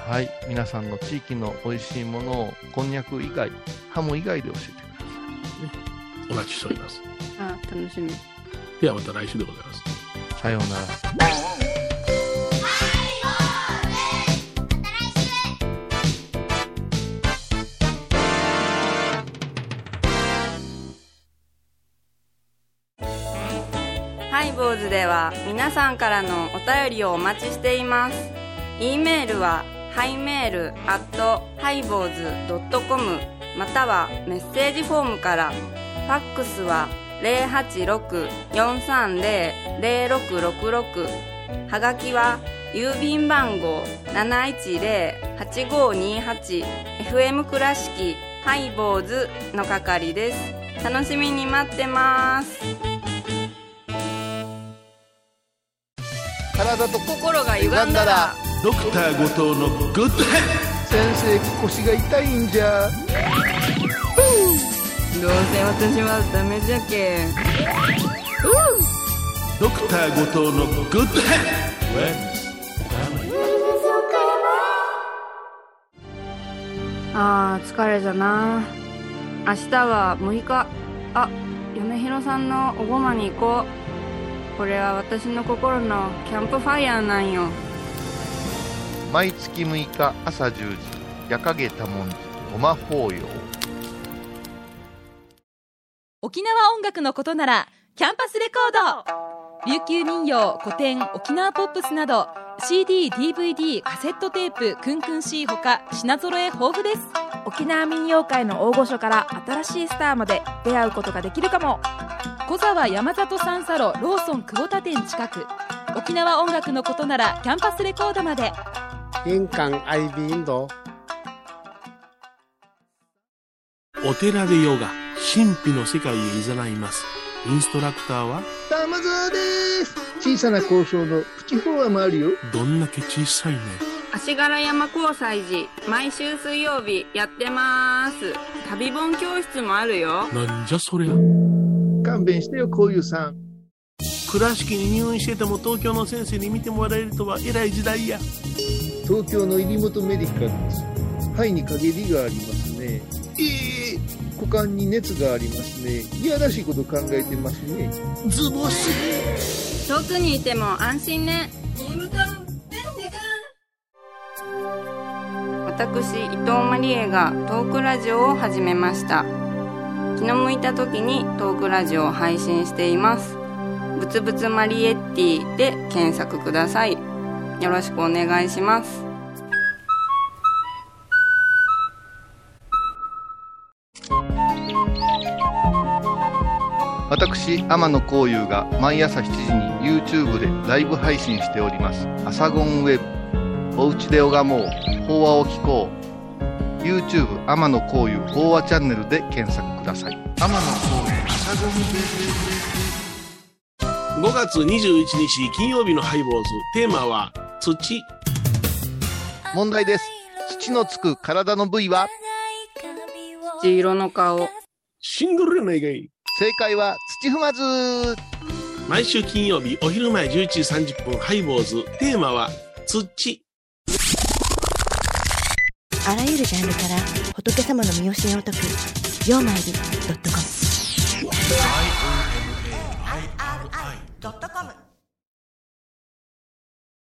S2: はい、皆さんの地域の美味しいものをこんにゃく以外、ハム以外で教えてください。
S3: お待ちしております。
S1: あ、楽しみ。
S3: ではまた来週でございます。
S2: さようなら。
S1: ハイボーズでは皆さんからのお便りをお待ちしています。e メールはハイメールアットハイボーズドットコムまたはメッセージフォームから。ファックスは086-430-0666はがきは郵便番号710-8528 FM 倉敷ハイボーズの係です。楽しみに待ってます。
S2: 体と
S1: 心が歪んだら
S3: ドクター後藤のグッドヘッド
S2: 先生、腰が痛いんじゃ。
S1: どうせ私はダメじゃけ
S3: ドクター後藤のグッドヘッド
S1: 疲れじゃな明日は6日あ嫁ひろさんのおごまに行こうこれは私の心のキャンプファイヤーなんよ
S2: 毎月6日朝10時夜影多文字ごま法要
S8: 沖縄音楽のことならキャンパスレコード琉球民謡古典沖縄ポップスなど CDDVD カセットテープクンクン C ほか品揃え豊富です
S9: 沖縄民謡界の大御所から新しいスターまで出会うことができるかも
S8: 小沢山里三佐路ローソン久保田店近く沖縄音楽のことならキャンパスレコードまで
S10: 印鑑 IB インド
S3: お寺でヨガ、神秘の世界へ誘います。インストラクターは、
S11: 玉沢です小さな交渉のプチフォアもあるよ
S3: どんだけ小さいね。
S1: 足柄山交際時毎週水曜日やってます旅本教室もあるよ
S3: なんじゃそりゃ。
S11: 勘弁してよこういうさん
S3: 倉敷に入院してても東京の先生に見てもらえるとは偉い時代や。
S11: 東京の入元メディカルです肺に陰りがありますね
S3: ええ
S11: 股間に熱がありますねいやらしいこと考えてますね
S3: ズボス。
S1: 遠くにいても安心ね私伊藤マリエがトークラジオを始めました気の向いた時にトークラジオを配信していますぶつぶつマリエッティで検索くださいよろしくお願いします
S2: 私天野幸雄が毎朝7時に YouTube でライブ配信しております「アサゴンウェブ」「おうちで拝もう法話を聞こう」YouTube 天野幸雄法話チャンネルで検索ください天野幸雄アサゴンウェ
S3: 5月21日金曜日のハイボーズ。テーマは、土。
S2: 問題です土のつく体の部位は
S1: 土色の顔
S3: シングルやないかい。
S2: 正解は土踏まず
S3: 毎週金曜日お昼前11時30分ハイボーズ。テーマは、土。
S12: あらゆるジャンルから仏様の身教えを解く「曜マイルドットコム」